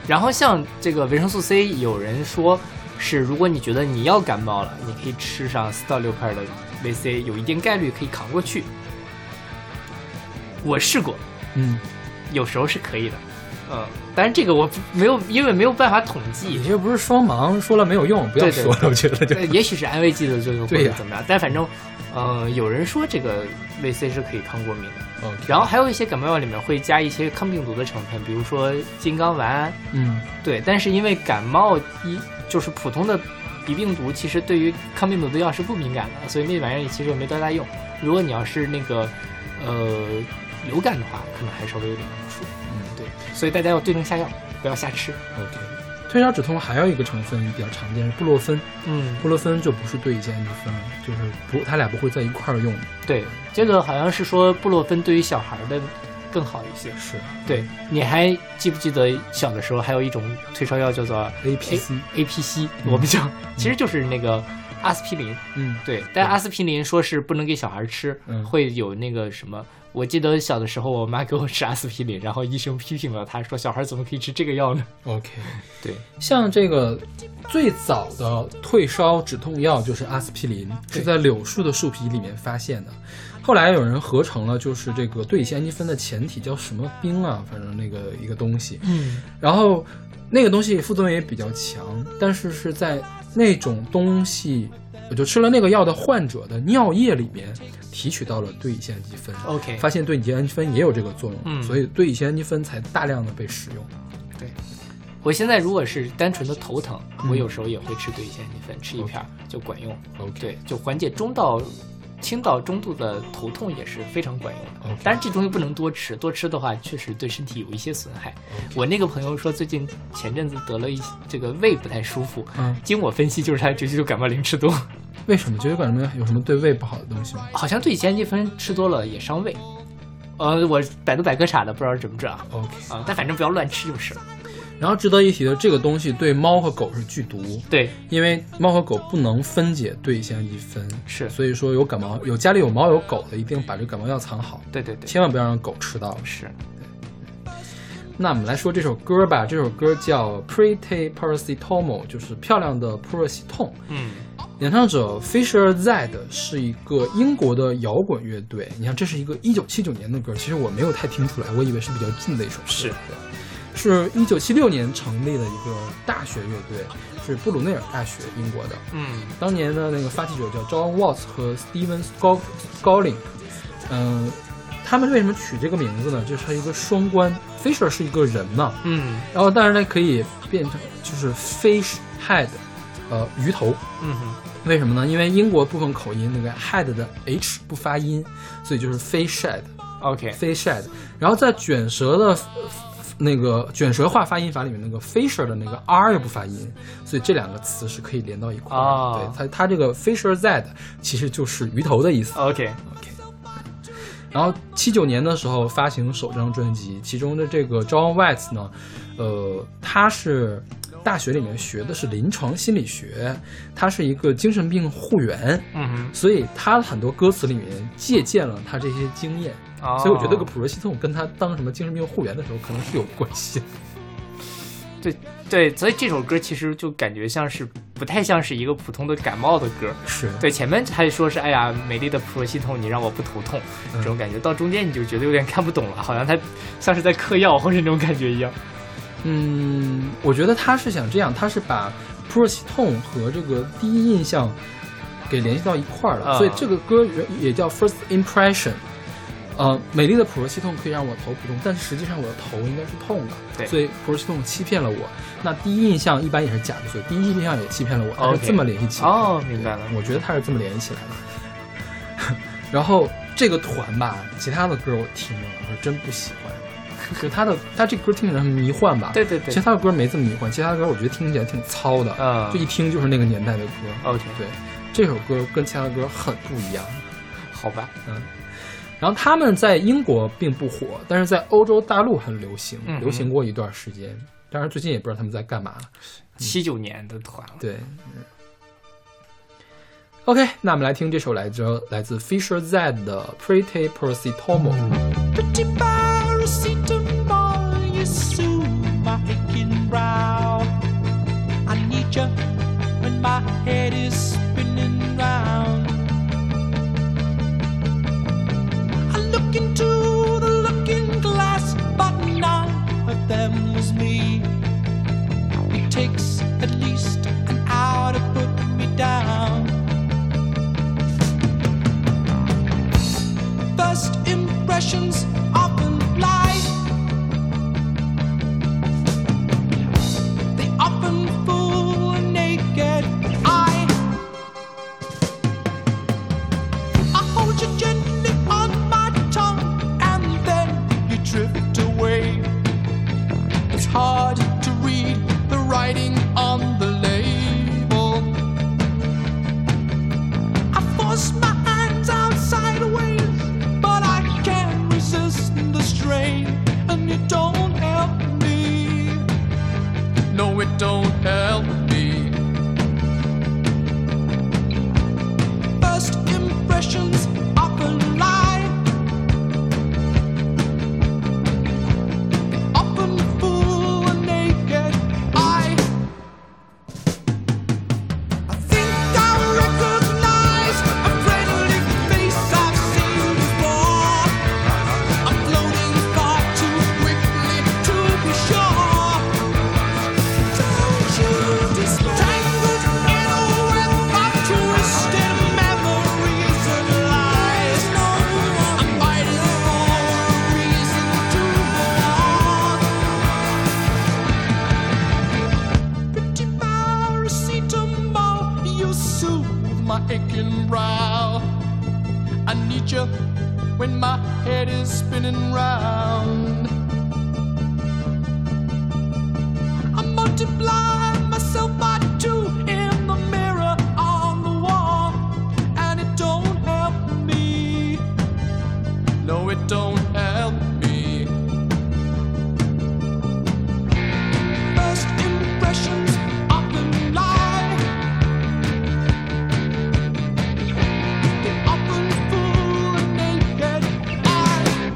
然后像这个维生素 C，有人说是如果你觉得你要感冒了，你可以吃上四到六片的维 C，有一定概率可以扛过去。我试过，
嗯，
有时候是可以的，嗯，但是这个我不没有，因为没有办法统计
你，这不是双盲，说了没有用，不要
对对
说了，我觉得就
呃，也许是安慰剂的作用或
对呀
者怎么样，但反正，嗯、有人说这个维 C 是可以抗过敏的。
OK。
然后还有一些感冒药里面会加一些抗病毒的成分，比如说金刚丸，
嗯
对。但是因为感冒一就是普通的鼻病毒，其实对于抗病毒的药是不敏感的，所以那玩意儿其实也没多大用。如果你要是那个呃流感的话，可能还稍微有点不舒服。
嗯
对，所以大家要对症下药，不要瞎吃。
，OK。退烧止痛还有一个成分比较常见是布洛芬，
嗯，
布洛芬就不是对乙酰氨基酚了，就是不，它俩不会在一块儿用的。
对，这个好像是说布洛芬对于小孩儿的更好一些。
是
对，你还记不记得小的时候还有一种退烧药叫做
APC。
APC，
嗯
我们叫，其实就是那个阿司匹林。
嗯，
对，但阿司匹林说是不能给小孩吃
嗯，
会有那个什么。我记得小的时候，我妈给我吃阿司匹林，然后医生批评了她，说小孩怎么可以吃这个药呢？
OK。
对，
像这个最早的退烧止痛药就是阿司匹林，是在柳树的树皮里面发现的。后来有人合成了，就是这个对乙酰氨基酚的前体叫什么冰啊，反正那个一个东西。
嗯，
然后那个东西副作用也比较强，但是是在那种东西，我就吃了那个药的患者的尿液里面提取到了对乙酰氨基酚。
OK
发现对乙酰氨基酚也有这个作用，
嗯
所以对乙酰氨基酚才大量的被使用。
我现在如果是单纯的头疼，
嗯
我有时候也会吃对乙酰氨基酚，吃一片儿就管用。
OK
对，就缓解中到轻到中度的头痛也是非常管用的
OK。
但是这东西不能多吃，多吃的话确实对身体有一些损害。我那个朋友说，最近前阵子得了一些这个胃不太舒服，
嗯，
经我分析就是他直接就感冒灵吃 多，
为什么？就有感觉有什么对胃不好的东西吗
好像对乙酰氨基酚吃多了也伤胃。呃，我百度百科查的，不知道准不准啊。
？OK。
啊，但反正不要乱吃就是了。
然后值得一提的，这个东西对猫和狗是剧毒，
对，
因为猫和狗不能分解对乙酰氨基酚，
是
所以说有感冒有家里有猫有狗的，一定把这感冒药藏好，
对对对，
千万不要让狗吃到。
是。
那我们来说这首歌吧，这首歌叫《Pretty Paracetamol》，就是漂亮的普热西痛。
嗯，
演唱者 Fisher Zed 是一个英国的摇滚乐队。你看，这是一个一九七九年的歌，其实我没有太听出来，我以为是比较近的一首歌。
是
对，是一九七六年成立的一个大学乐队，是布鲁内尔大学，英国的。
嗯，
当年的那个发起者叫 John Watts 和 Steven Scoll Scholling，嗯、他们为什么取这个名字呢？就是它一个双关，Fisher 是一个人嘛，
嗯，
然后但是它可以变成就是 fish head，呃，鱼头。
嗯哼，
为什么呢？因为英国部分口音那个 head 的 h 不发音，所以就是 fish head。
OK，
fish head，然后在卷舌的呃那个卷舌化发音法里面，那个 fisher 的那个 r 又不发音，所以这两个词是可以连到一块儿的。
哦
对，它它这个 fisher z 其实就是鱼头的意思。
OK，
然后七九年的时候发行首张专辑，其中的这个 John Watts 呢，呃，他是大学里面学的是临床心理学，他是一个精神病护员，
嗯哼，
所以他很多歌词里面借鉴了他这些经验。
哦
所以我觉得这个普罗西痛跟他当什么精神病护员的时候可能是有关系的。
对对，所以这首歌其实就感觉像是不太像是一个普通的感冒的歌。
是
对，前面还说是哎呀，美丽的普罗系统，你让我不头痛这种感觉，到中间你就觉得有点看不懂了，好像他像是在嗑药或者那种感觉一样。
嗯，我觉得他是想这样，他是把 pro 系统和这个第一印象给联系到一块儿了，
啊
所以这个歌也也叫 first impression。呃，美丽的普罗系统可以让我头不痛，但是实际上我的头应该是痛的，
对
所以普罗系统欺骗了我。那第一印象一般也是假的，所以第一印象也欺骗了我，它是
OK
这么联系起来的。
哦，明白了。
我觉得他是这么联系起来的。然后这个团吧，其他的歌我听了，我是真不喜欢。 就他的，他这歌听起来很迷幻吧？
对对对
其他的歌没这么迷幻，其他的歌我觉得听起来挺糙的，
嗯
就一听就是那个年代的歌。
OK，
对，这首歌跟其他的歌很不一样。嗯
好吧，
然后他们在英国并不火，但是在欧洲大陆很流行，
嗯哼
流行过一段时间。当然最近也不知道他们在干嘛了。
七九年的团了。
对。嗯 OK，那我们来听这首来自来自 Fisher Z 的《Pretty Prositomo》。
pretty paracetamol, you soothe my aching brow. I need you when my head is spinning round. I look into the looking glass, but none of them was me. It takes at least an hour to put me down. first impressions often lie. They often fool a naked eye. I hold you gently on my tongue, and then you drift away. It's hard to read the writing on the label. I force my hands out sideways, but I can't resist the strain. And you don't help me. No, it don't help me. First impressions often lie. They often fool a naked eye. I think I recognize a friendly face I've seen before. I'm floating far too quickly to be sure. Don't you disentangled in a web of twisted memories and lies? I'm fighting for a reason to belong. pretty paracetamol. You soothe my aching brow. I need you when my head is spinning round. I multiply myself by two in the mirror on the wall, and it don't help me. No, it don't help me. First impressions often lie. They often fool a naked eye.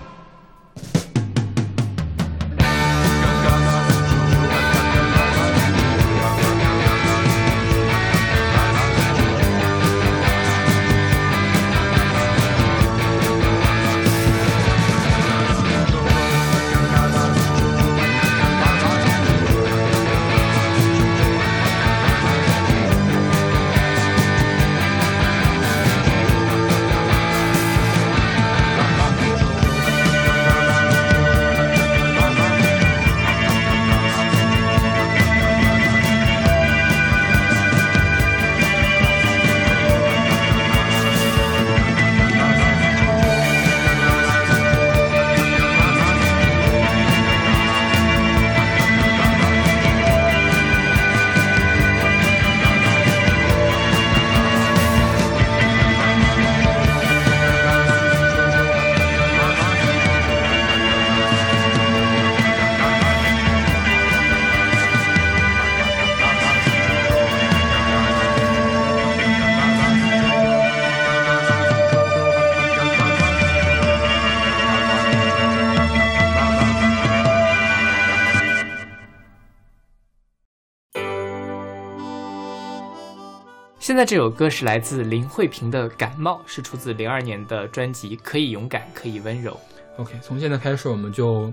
现在这首歌是来自林慧萍的《感冒》，是出自零二年的专辑《可以勇敢，可以温柔》。
OK，从现在开始我们就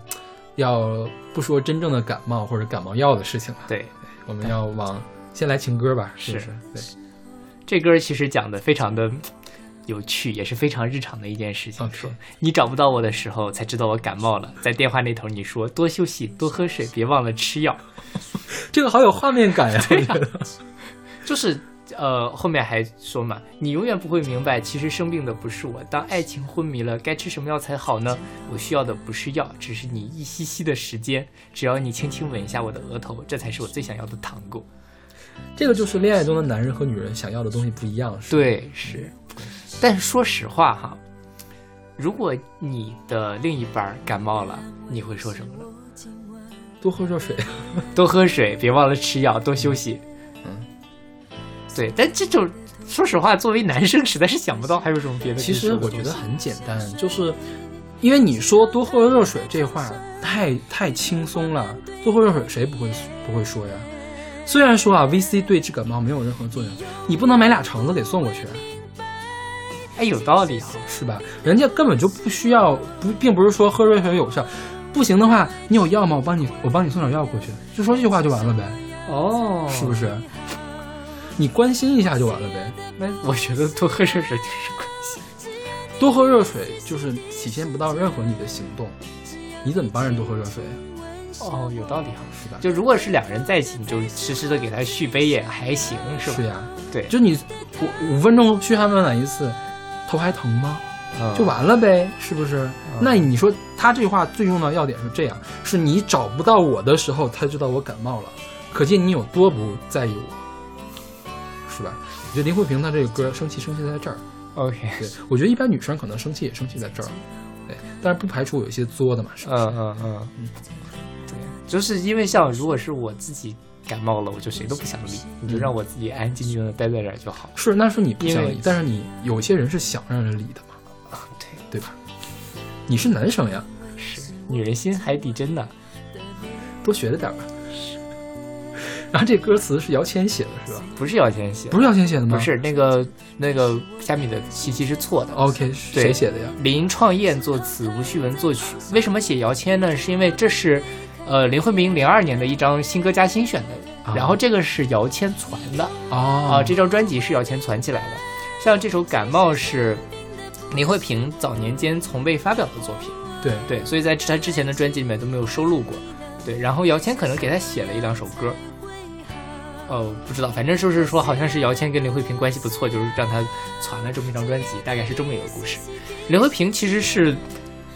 要不说真正的感冒或者感冒药的事情了，
对，
我们要往先来情歌吧，是不
是
是？对。
这歌其实讲的非常的有趣，也是非常日常的一件事情。
OK
说你找不到我的时候，才知道我感冒了。在电话那头你说多休息，多喝水，别忘了吃药。 啊
这个好有画面感呀、我觉得
就是呃，后面还说嘛，你永远不会明白，其实生病的不是我。当爱情昏迷了，该吃什么药才好呢？我需要的不是药，只是你一息息的时间。只要你轻轻吻一下我的额头，这才是我最想要的糖果。
这个就是恋爱中的男人和女人想要的东西不一样，是吧，嗯
对，是。但是说实话哈，如果你的另一半儿感冒了，你会说什么 呢？
多喝热水。
多喝水，别忘了吃药，多休息。
嗯，
对。但这种说实话，作为男生实在是想不到还有什么别的可以
其实
说的
我
东西。
觉得很简单，就是因为你说多喝热水这话太太轻松了，多喝热水谁不会不会说呀？虽然说啊，VC 对治感冒没有任何作用，你不能买俩橙子给送过去，啊
哎，有道理哈、
是吧？人家根本就不需要，不，并不是说喝热水有效。不行的话，你有药吗？我帮你，我帮你送点药过去，就说这句话就完了呗，
哦，
是不？是？你关心一下就完了呗。
那我觉得多喝热水就是关系。
多喝热水就是体现不到任何你的行动，你怎么帮人多喝热水啊？
哦，有道理哈、
是吧？
就如果是两人在一起，你就时时的给他续杯也还行，是吧？
是呀，
对
就你五五分钟嘘寒问暖一次，头还疼吗？
嗯
就完了呗，是不是？那你说他这句话最重要的要点是这样：是你找不到我的时候，他知道我感冒了，可见你有多不在意我，是吧？我觉得林慧萍她这个歌生气生气在这儿，
OK。
对我觉得一般女生可能生气也生气在这儿，对，但是不排除有一些作的嘛，是吧？
嗯嗯嗯，对，就是因为像如果是我自己感冒了，我就谁都不想理，你就让我自己安安静静的待在这儿就好。
是，那是你不想
因
理
为，
但是你有些人是想让人理的嘛，
对，
对吧？你是男生呀，
是女人心海底针呐。
多学着点儿吧。然后这歌词是姚谦写的，是吧？
不是姚谦写的，
不是姚谦写的吗？
不是那个那个虾米的信息是错的。
，OK，是谁
对
写的呀？
林创燕作词，吴旭文作曲。为什么写姚谦呢？是因为这是，呃，林慧明零二年的一张新歌加新选
啊
的，然后这个是姚谦传的。
哦
啊，这张专辑是姚谦攒起来的。像这首《感冒》是林慧萍早年间从未发表的作品，
对
对，所以在她之前的专辑里面都没有收录过。对，然后姚谦可能给她写了一两首歌，哦，不知道，反正就是说好像是姚谦跟林慧萍关系不错，就是让她攒了这么一张专辑，大概是这么一个故事。林慧萍其实是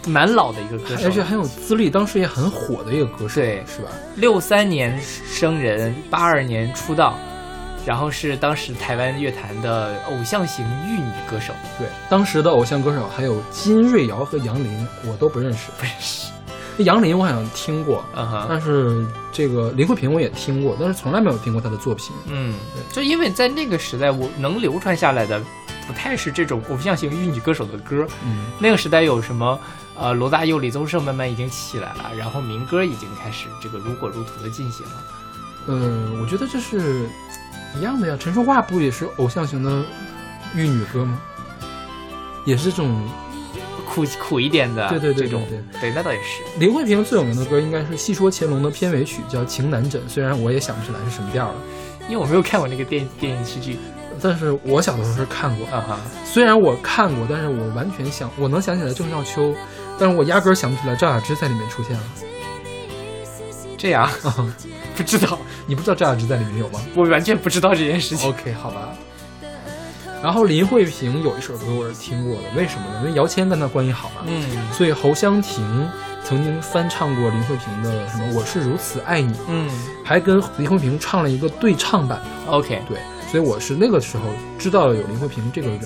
蛮老的一个歌手
而，且很有资历，当时也很火的一个歌手，
对
是吧？
六三年生人，八二年出道，然后是当时台湾乐坛的偶像型玉女歌手。
对，当时的偶像歌手还有金瑞瑶和杨林，我都不认识。
不 是，
杨林我好像听过，
嗯哼，
但是这个林慧萍我也听过，但是从来没有听过她的作品。
嗯，就因为在那个时代，我能流传下来的不太是这种偶像型玉女歌手的歌。
嗯，
那个时代有什么？呃，罗大佑、李宗盛慢慢已经起来了，然后民歌已经开始这个如火如荼的进行了。
呃，我觉得这是一样的呀。陈淑桦不也是偶像型的玉女歌吗？也是这种
苦苦一点的，
对对对
这种
对
对，那倒也是。
林慧萍最有名的歌应该是《戏说乾隆》的片尾曲，叫《情难枕》。虽然我也想不起来是什么调了，
因为我没有看过那个电电视剧，
但是我小的时候是看过。
啊哈，
虽然我看过，但是我完全想，我能想起来郑少秋，但是我压根儿想不起来赵雅芝在里面出现了。
这样不知道。
你不知道赵雅芝在里面有吗
我完全不知道这件事情。
？OK，好吧。然后林慧萍有一首歌我是听过的，为什么呢？因为姚谦跟她关系好嘛。
嗯
所以侯湘婷曾经翻唱过林慧萍的什么《我是如此爱你》，
嗯哦
还跟林慧萍唱了一个对唱版。
，OK，
对，所以我是那个时候知道了有林慧萍这个人，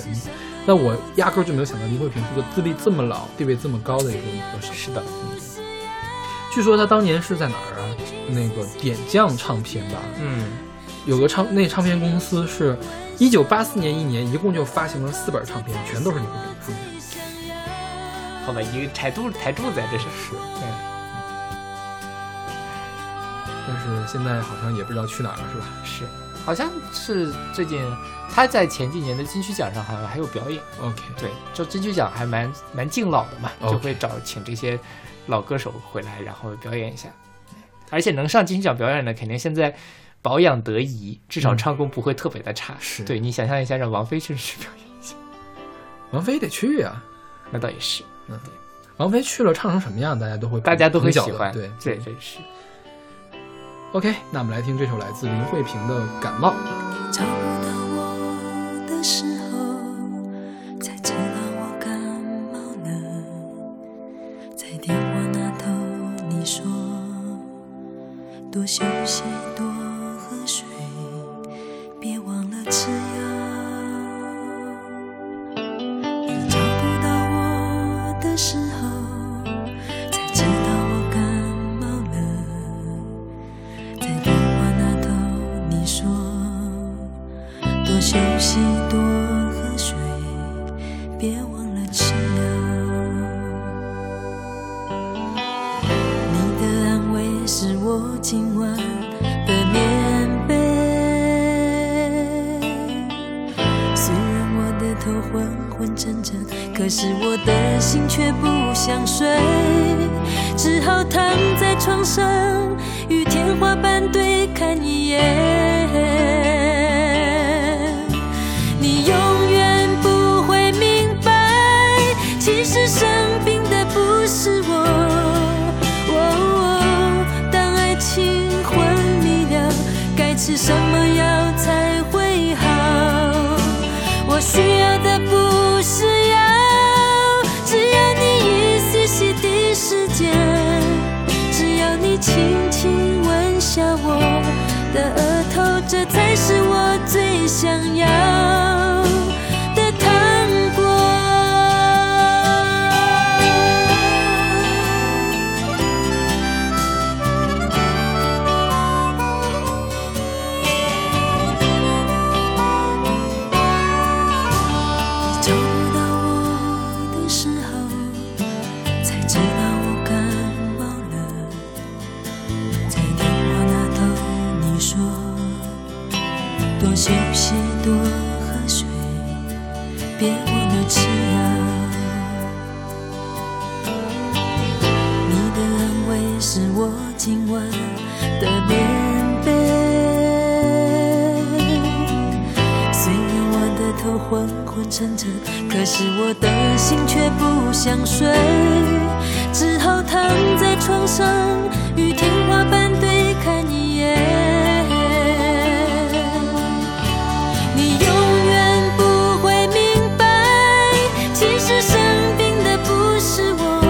但我压根儿就没有想到林慧萍是个资历这么老、地位这么高的一个女歌手。嗯
是的，
据说她当年是在哪儿啊？那个点将唱片吧，
嗯
有个唱那唱片公司是，一九八四年一年一共就发行了四本唱片，全都是林慧萍的作品。
好吧，一个台柱台柱子啊，这是
是，
嗯
但是现在好像也不知道去哪儿了，是吧？
是，好像是最近他在前几年的金曲奖上好像还有表演。
OK，
对，就金曲奖还蛮蛮敬老的嘛，
OK
就会找请这些老歌手回来，然后表演一下。而且能上金曲奖表演的，肯定现在保养得宜，至少
嗯
唱功不会特别的差。
是
对你想象一下，让王菲去去表演，
王菲得去啊嗯呀、
那倒也是，
王菲去了唱成什么样，大家都会
嗯大家都会
捧脚
喜
的
欢。
对
这真是。
，OK，那我们来听这首来自林慧萍的《感冒》。
找不到我的时候，才知道我感冒了。在电话那头你说，多休息，多喝水，别忘了吃药。你找不到我的时候，才知道我感冒了。在电话那头你说，多休息，多喝水，别忘了吃药。你的安慰是我今晚的棉被，虽然我的头昏昏沉沉，可是我的心却不想睡，只好躺在床上与天花板对看一眼。你永远不会明白，其实生病的不是我。哦当爱情昏迷了，该吃什么药才会好？我需要的不是药，只要你一丝细的时间，只要你轻轻吻下我的额头，这才是我最想要的糖果。找不到我的时候，才知道我感冒了。在电话那头你说，多休息，多喝水，别忘了吃药。你的安慰是我今晚的棉被。虽然我的头昏昏沉沉，可是我的心却不想睡，只好躺在床上与天花板对看一眼。你永远不会明白，其实生病的不是我。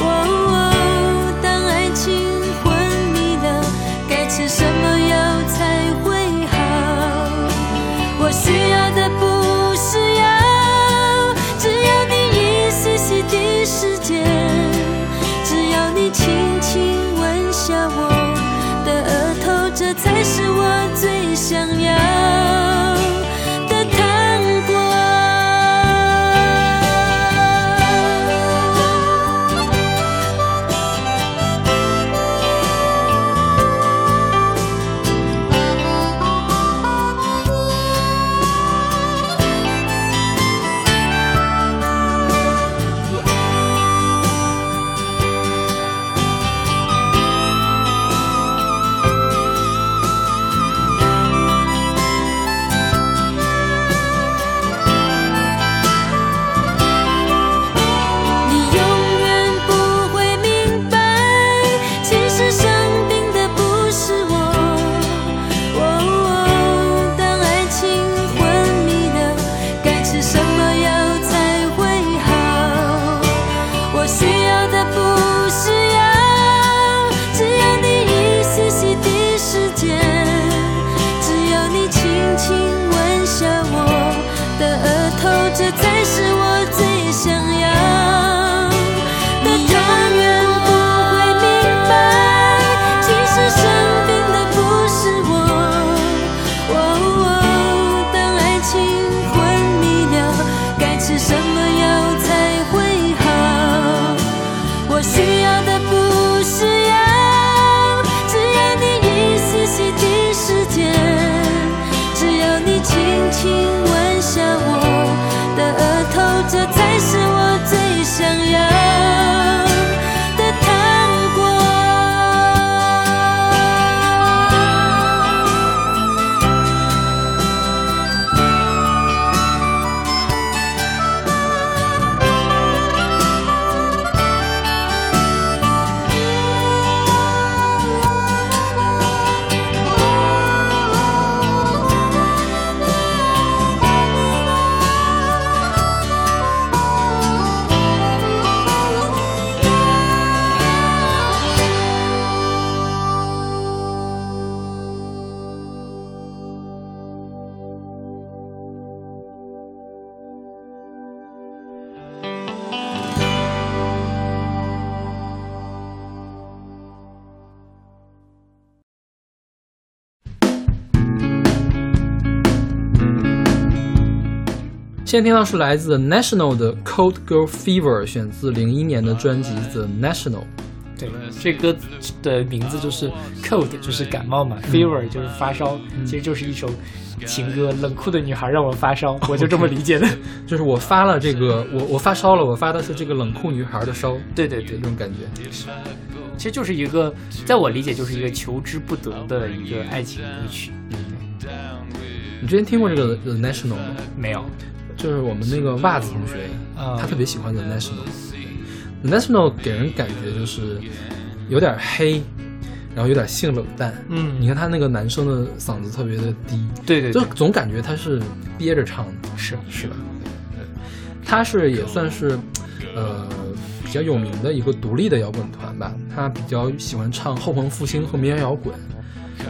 哦当爱情昏迷了，该吃什么药才会好？我需要的不是药，只要你一丝丝的时间，只要你轻轻哦哦
现在听到是来自 National 的《Cold Girl Fever》，选自零一年的专辑《The
哎
National》。
对，这歌的名字就是 cold，就是感冒嘛、f e v e r 就是发烧，其实就是一首情歌，冷酷的女孩让我发烧， 我就这么理解的。
就是我发了这个，我我发烧了，我发的是这个冷酷女孩的烧，
对对对
这，种感觉。
其实就是一个，在我理解就是一个求之不得的一个爱情歌曲。
你之前听过这个 The National 吗？
没有，
就是我们那个袜子同学，
啊
他特别喜欢 The National。The National 给人感觉就是有点黑，然后有点性冷淡。
嗯
你看他那个男生的嗓子特别的低，
对对
就
对，
总感觉他是憋着唱的。
是
是吧？他是也算是，呃，比较有名的一个独立的摇滚团吧。他比较喜欢唱后朋复兴和民谣摇滚，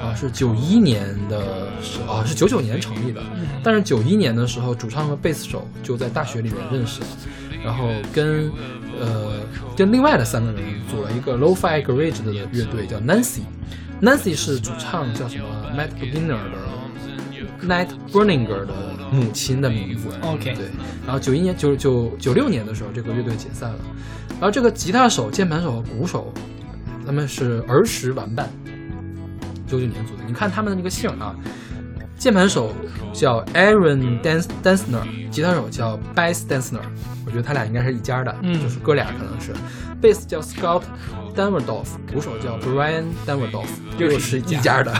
啊，是九一年的时候，啊是九九年成立的。但是九一年的时候，主唱和贝斯手就在大学里面认识了，然后跟呃跟另外的三个人组了一个 Lo-Fi Garage 的乐队，叫 Nancy。Nancy 是主唱叫什么 Matt Beginner 的 Matt Berninger 的母亲的名字。
OK
对。然后九一年、九九九六年的时候，这个乐队解散了。然后这个吉他手、键盘手和鼓手，他们是儿时玩伴，九九年组的。你看他们的那个姓啊，键盘手叫 Aaron Dans Dansner，吉他手叫 Bass Dansner，我觉得他俩应该是一家的，
嗯
就是哥俩可能是。贝斯叫 Scott Danverdorf，鼓手叫 Brian Danverdorf，
又
又
是
是
一
一家
家
的。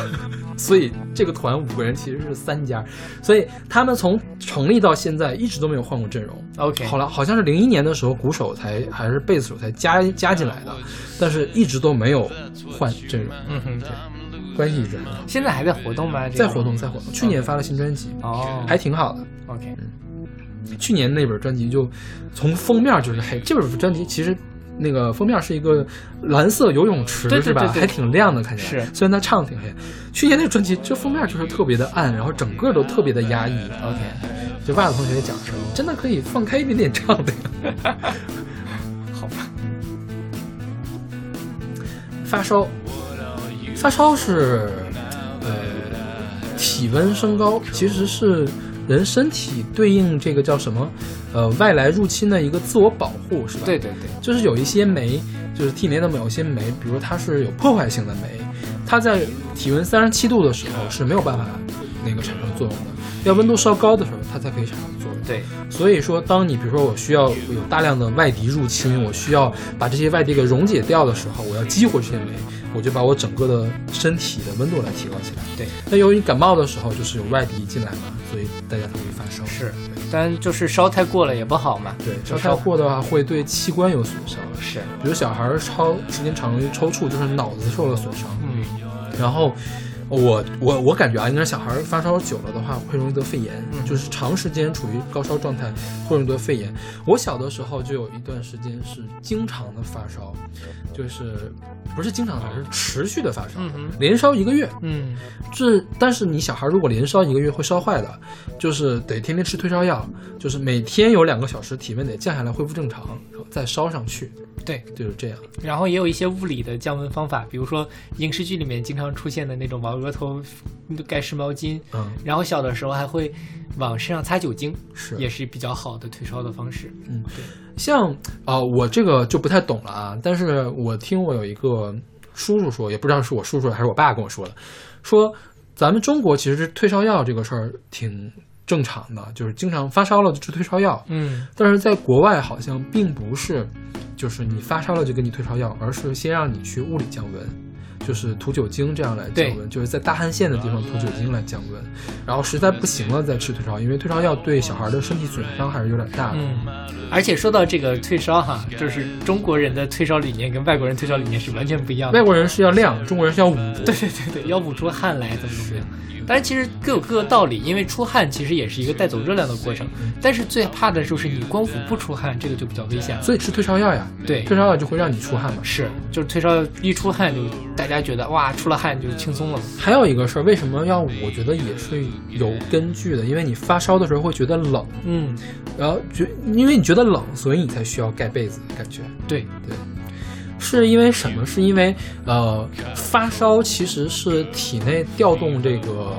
所以这个团五个人其实是三家，所以他们从成立到现在一直都没有换过阵容。
OK，
好了，好像是零一年的时候，鼓手才还是贝斯手才加加进来的，但是一直都没有换阵容，
嗯哼，对
关系一直很好。
现在还在活动吗？这
在
个
活动，在活动，去年发了新专辑，嗯
哦，
还挺好的。
OK，
去年那本专辑就从封面就是黑，这本专辑其实那个封面是一个蓝色游泳池，
对对
是吧？
对对
还挺亮的，看起来。
是
虽然他唱得挺黑。去年那个专辑就封面就是特别的暗，然后整个都特别的压抑。
OK，
就袜子同学也讲说，你真的可以放开一点点唱的呀。
好吧，
发烧，发烧是呃体温升高，其实是人身体对应这个叫什么呃外来入侵的一个自我保护，是吧？
对对对，
就是有一些酶，就是体内的某些酶，比如它是有破坏性的酶，它在体温三十七度的时候是没有办法那个产生作用的，要温度稍高的时候它才可以产生作用。
对，
所以说，当你比如说我需要有大量的外敌入侵，我需要把这些外敌给溶解掉的时候，我要激活这些酶，我就把我整个的身体的温度来提高起来。
对，
那由于感冒的时候就是有外敌进来嘛，所以大家才会发烧。
是，但就是烧太过了也不好嘛。
对，
就
烧太过的话会对器官有损伤。
是，
比如小孩儿超时间长了就抽搐，就是脑子受了损伤。
嗯，
然后我我我感觉啊，应该是小孩儿发烧久了的话，会容易得肺炎，
嗯
就是长时间处于高烧状态会容易得肺炎。我小的时候就有一段时间是经常的发烧，就是不是经常发烧，是持续的发烧，连烧一个月。
嗯，
这但是你小孩如果连烧一个月会烧坏的，就是得天天吃退烧药，就是每天有两个小时体温得降下来恢复正常，然后再烧上去，
对。
就是这样。
然后也有一些物理的降温方法，比如说影视剧里面经常出现的那种往额头盖湿毛巾，
嗯，
然后小的时候还会往身上擦酒精，
是
也是比较好的退烧的方式。
嗯像啊、我这个就不太懂了啊，但是我听我有一个叔叔说，也不知道是我叔叔还是我爸跟我说的，说咱们中国其实退烧药这个事儿挺正常的，就是经常发烧了就吃退烧药，
嗯，
但是在国外好像并不是，就是你发烧了就给你退烧药，而是先让你去物理降温。就是涂酒精这样来降
对
温，就是在大汗腺的地方涂酒精来降温，然后实在不行了再吃退烧药，因为退烧药对小孩的身体损伤还是有点大的。
嗯，而且说到这个退烧哈，就是中国人的退烧理念跟外国人退烧理念是完全不一样的
外。国人是要亮，中国人是要捂。对，
对对对，要不出汗来怎么怎么样？但是其实各有各的道理，因为出汗其实也是一个带走热量的过程。但是最怕的就是你光伏不出汗，这个就比较危险了。
所以吃退烧药呀，
对
退烧药就会让你出汗嘛。
是，就是退烧一出汗就大家觉得哇，出了汗就轻松了。
还有一个事儿，为什么要捂？我觉得也是有根据的，因为你发烧的时候会觉得冷，
嗯，
然后觉因为你觉得冷，所以你才需要盖被子，感觉
对，
是因为什么？是因为呃，发烧其实是体内调动这个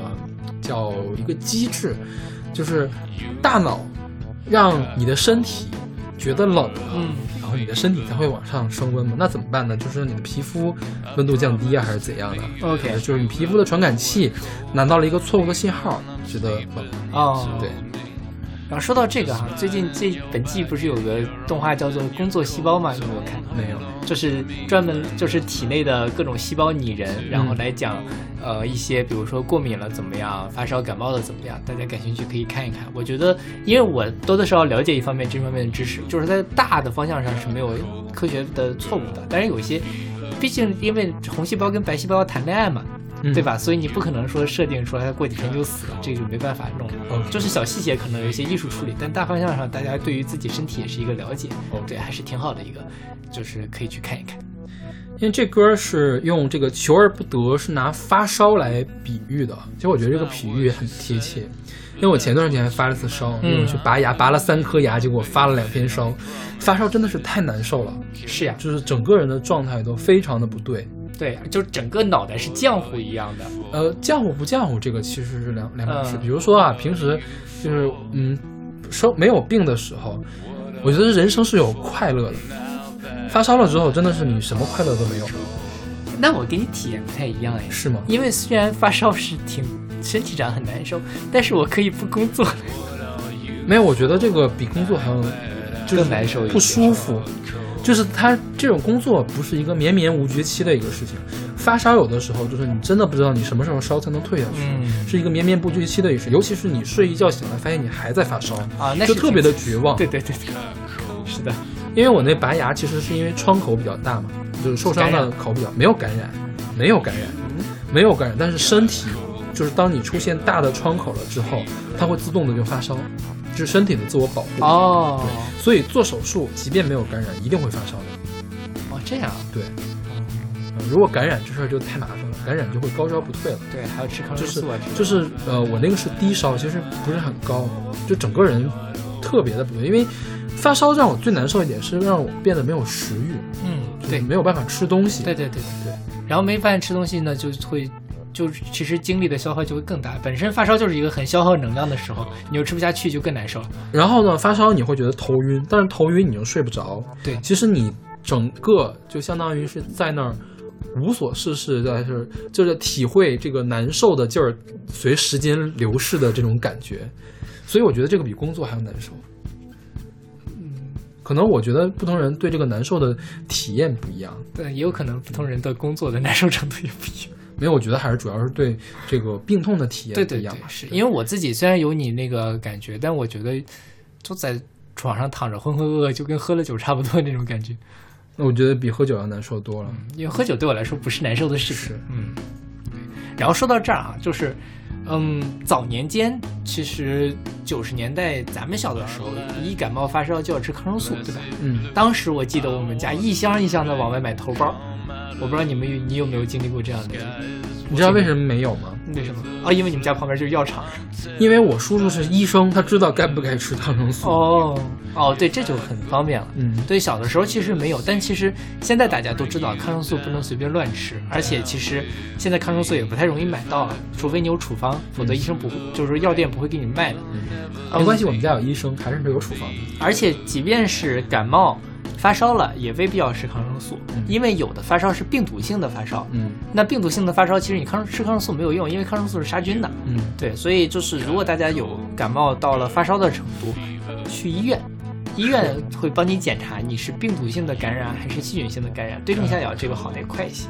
叫一个机制，就是大脑让你的身体觉得冷了，
嗯
然后你的身体才会往上升温嘛。那怎么办呢？就是你的皮肤温度降低啊，还是怎样的？
，OK，
就是你皮肤的传感器拿到了一个错误的信号，觉得冷。
哦，
对。
然后说到这个哈、最近这本季不是有个动画叫做《工作细胞》吗？有没有看？
没有，
就是专门就是体内的各种细胞拟人，然后来讲，呃，一些比如说过敏了怎么样，发烧感冒了怎么样，大家感兴趣可以看一看。我觉得，因为我多多少少了解一方面这方面的知识，就是在大的方向上是没有科学的错误的，但是有一些，毕竟因为红细胞跟白细胞要谈恋爱嘛，
嗯
对吧？所以你不可能说设定出来它过几天就死了，这个没办法弄。
OK
就是小细节可能有一些艺术处理，但大方向上大家对于自己身体也是一个了解，对，还是挺好的一个，就是可以去看一看。
因为这歌是用这个“求而不得”是拿发烧来比喻的，其实我觉得这个比喻很贴切。
嗯
因为我前段时间还发了次烧，因为我去拔牙，拔了三颗牙，结果发了两天烧，发烧真的是太难受了，
是呀，
就是整个人的状态都非常的不对。
对，就整个脑袋是浆糊一样的。
呃，浆糊不浆糊这个其实是两两码事。
嗯
比如说啊，平时就是嗯，生没有病的时候，我觉得人生是有快乐的。发烧了之后，真的是你什么快乐都没有，
那我跟你体验不太一样哎，
是吗？
因为虽然发烧是挺身体上很难受，但是我可以不工作。
没有，我觉得这个比工作还要就是
更难受一些
不舒服。就是他这种工作不是一个绵绵无绝期的一个事情，发烧有的时候就是你真的不知道你什么时候烧才能退下去，
嗯
是一个绵绵不绝期的一个事。尤其是你睡一觉醒来发现你还在发烧
啊那是
就特别的绝望。
对对对对，是的，
因为我那拔牙其实是因为窗口比较大嘛，就是受伤
感
的
染
口比较没有感染，没有感染，没有感染，但是身体就是当你出现大的窗口了之后，它会自动的就发烧，就是身体的自我保护。
哦
所以做手术即便没有感染，一定会发烧的。
哦这样啊，
对，呃如果感染这事儿就太麻烦了，感染就会高烧不退了。
对，还要吃抗
就
生
是
素啊之类的，
就是呃，我那个是低烧，其实不是很高，就整个人特别的不对，因为发烧让我最难受一点是让我变得没有食欲，
嗯
就是
对
没有办法吃东西。
对对对
对。
然后没饭吃东西呢，就会。就是其实精力的消耗就会更大，本身发烧就是一个很消耗能量的时候，你又吃不下去就更难受了。
然后呢，发烧你会觉得头晕，但是头晕你又睡不着。
对
其实你整个就相当于是在那儿无所事事，在是就是体会这个难受的劲儿随时间流逝的这种感觉。所以我觉得这个比工作还要难受。可能我觉得不同人对这个难受的体验不一样，
对，也有可能不同人的工作的难受程度也不一样。
没有，我觉得还是主要是对这个病痛的体验
对
不
对
一样
对
吧，
是因为我自己虽然有你那个感觉，但我觉得就在床上躺着浑浑噩噩，就跟喝了酒差不多那种感觉。
那我觉得比喝酒要难受多了。
因为喝酒对我来说不是难受的事情
是。
嗯，然后说到这儿啊，就是，嗯，早年间其实九十年代咱们小的时候，一感冒发烧就要吃抗生素，对吧？
嗯，
当时我记得我们家一箱一箱的往外买头孢，我不知道你们有你有没有经历过这样的？
你知道为什么没有吗？
为什么？哦，因为你们家旁边就是药厂。
因为我叔叔是医生，他知道该不该吃抗生素。
哦哦，对，这就很方便了。
嗯
对，小的时候其实没有，但其实现在大家都知道抗生素不能随便乱吃，而且其实现在抗生素也不太容易买到了，除非你有处方，否则医生不会，就是药店不会给你卖的。嗯
没嗯啊关系，我们家有医生，还是有处方的。
而且即便是感冒发烧了，也未必要吃抗生素，因为有的发烧是病毒性的发烧。
嗯
那病毒性的发烧，其实你抗吃抗生素没有用，因为抗生素是杀菌的。
嗯，
对，所以就是如果大家有感冒到了发烧的程度，去医院，医院会帮你检查你是病毒性的感染还是细菌性的感染，对症
嗯
下药，这个好得快一些。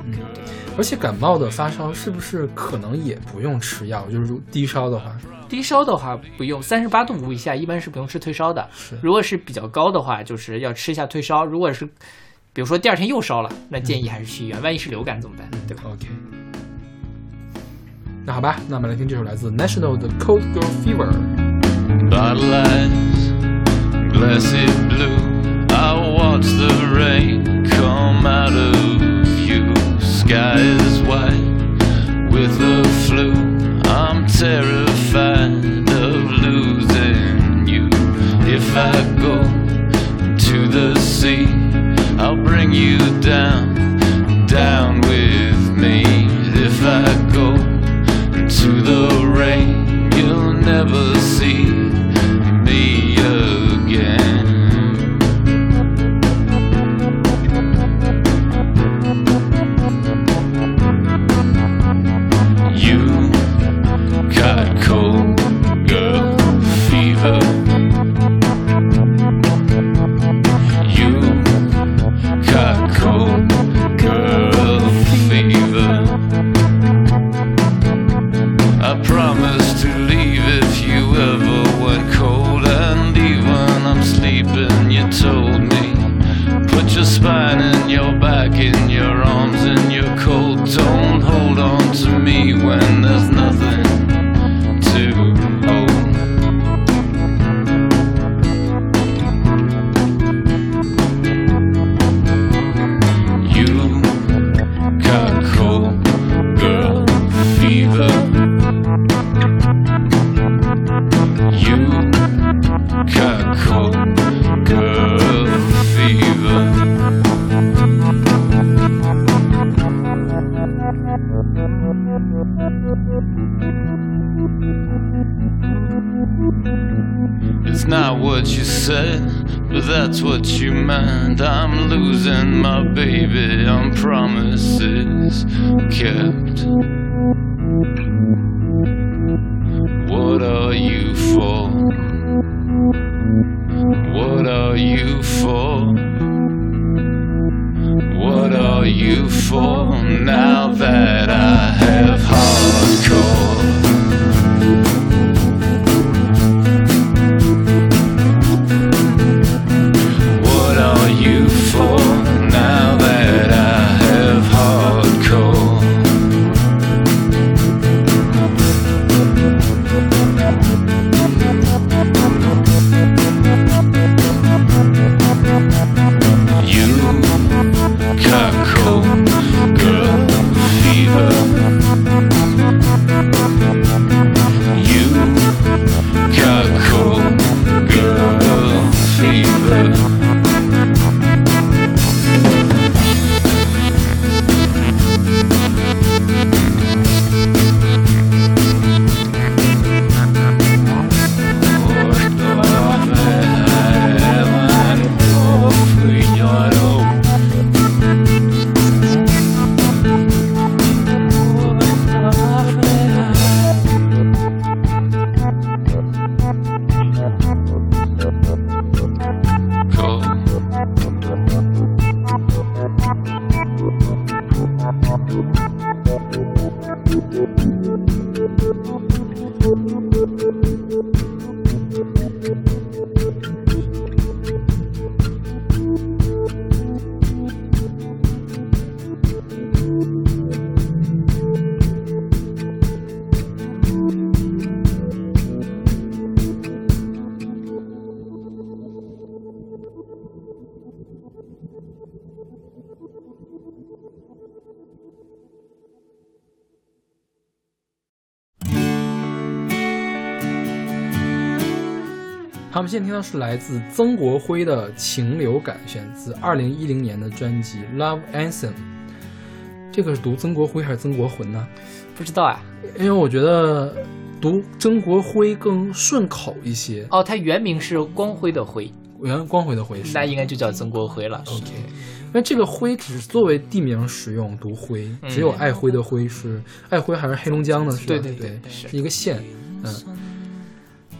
而且感冒的发烧是不是可能也不用吃药？就是如低烧的话，
低烧的话不用，三十八度五以下一般是不用吃退烧的。如果是比较高的话，就是要吃一下退烧。如果是比如说第二天又烧了，那建议还是去医院。万一是流感怎么办？对吧？
嗯 OK。那好吧，那我们来听这首来自 National 的《Cold Girl Fever》。
Bottle eyes, glassy blue. I watch the rain come out of you. Sky is white with the flu. I'm terrified of losing you. If I go to the sea, I'll bring you down, down with me. If I go to the rain, you'll never see me Hooker fever. It's not what you said, but that's what you meant. I'm losing my baby on promises kept. What are you for? What are you for? What are you for now that I have hardcore? What are you for now that I have hardcore? You got cold, girl, fever. You got cold, girl, fever.
他们现在听到是来自曾国辉的《情流感》，选自二零一零年的专辑《Love Anthem》。这个是读曾国辉还是曾国魂呢？
不知道啊。
因为我觉得读曾国辉更顺口一些。
哦，他原名是光辉的辉，
原光辉的辉是
那应该就叫曾国辉了。
OK，那这个辉只作为地名使用，读辉，
嗯
只有爱辉的辉是爱辉还是黑龙江的？是吧
对对对
对，
是
一个县。嗯，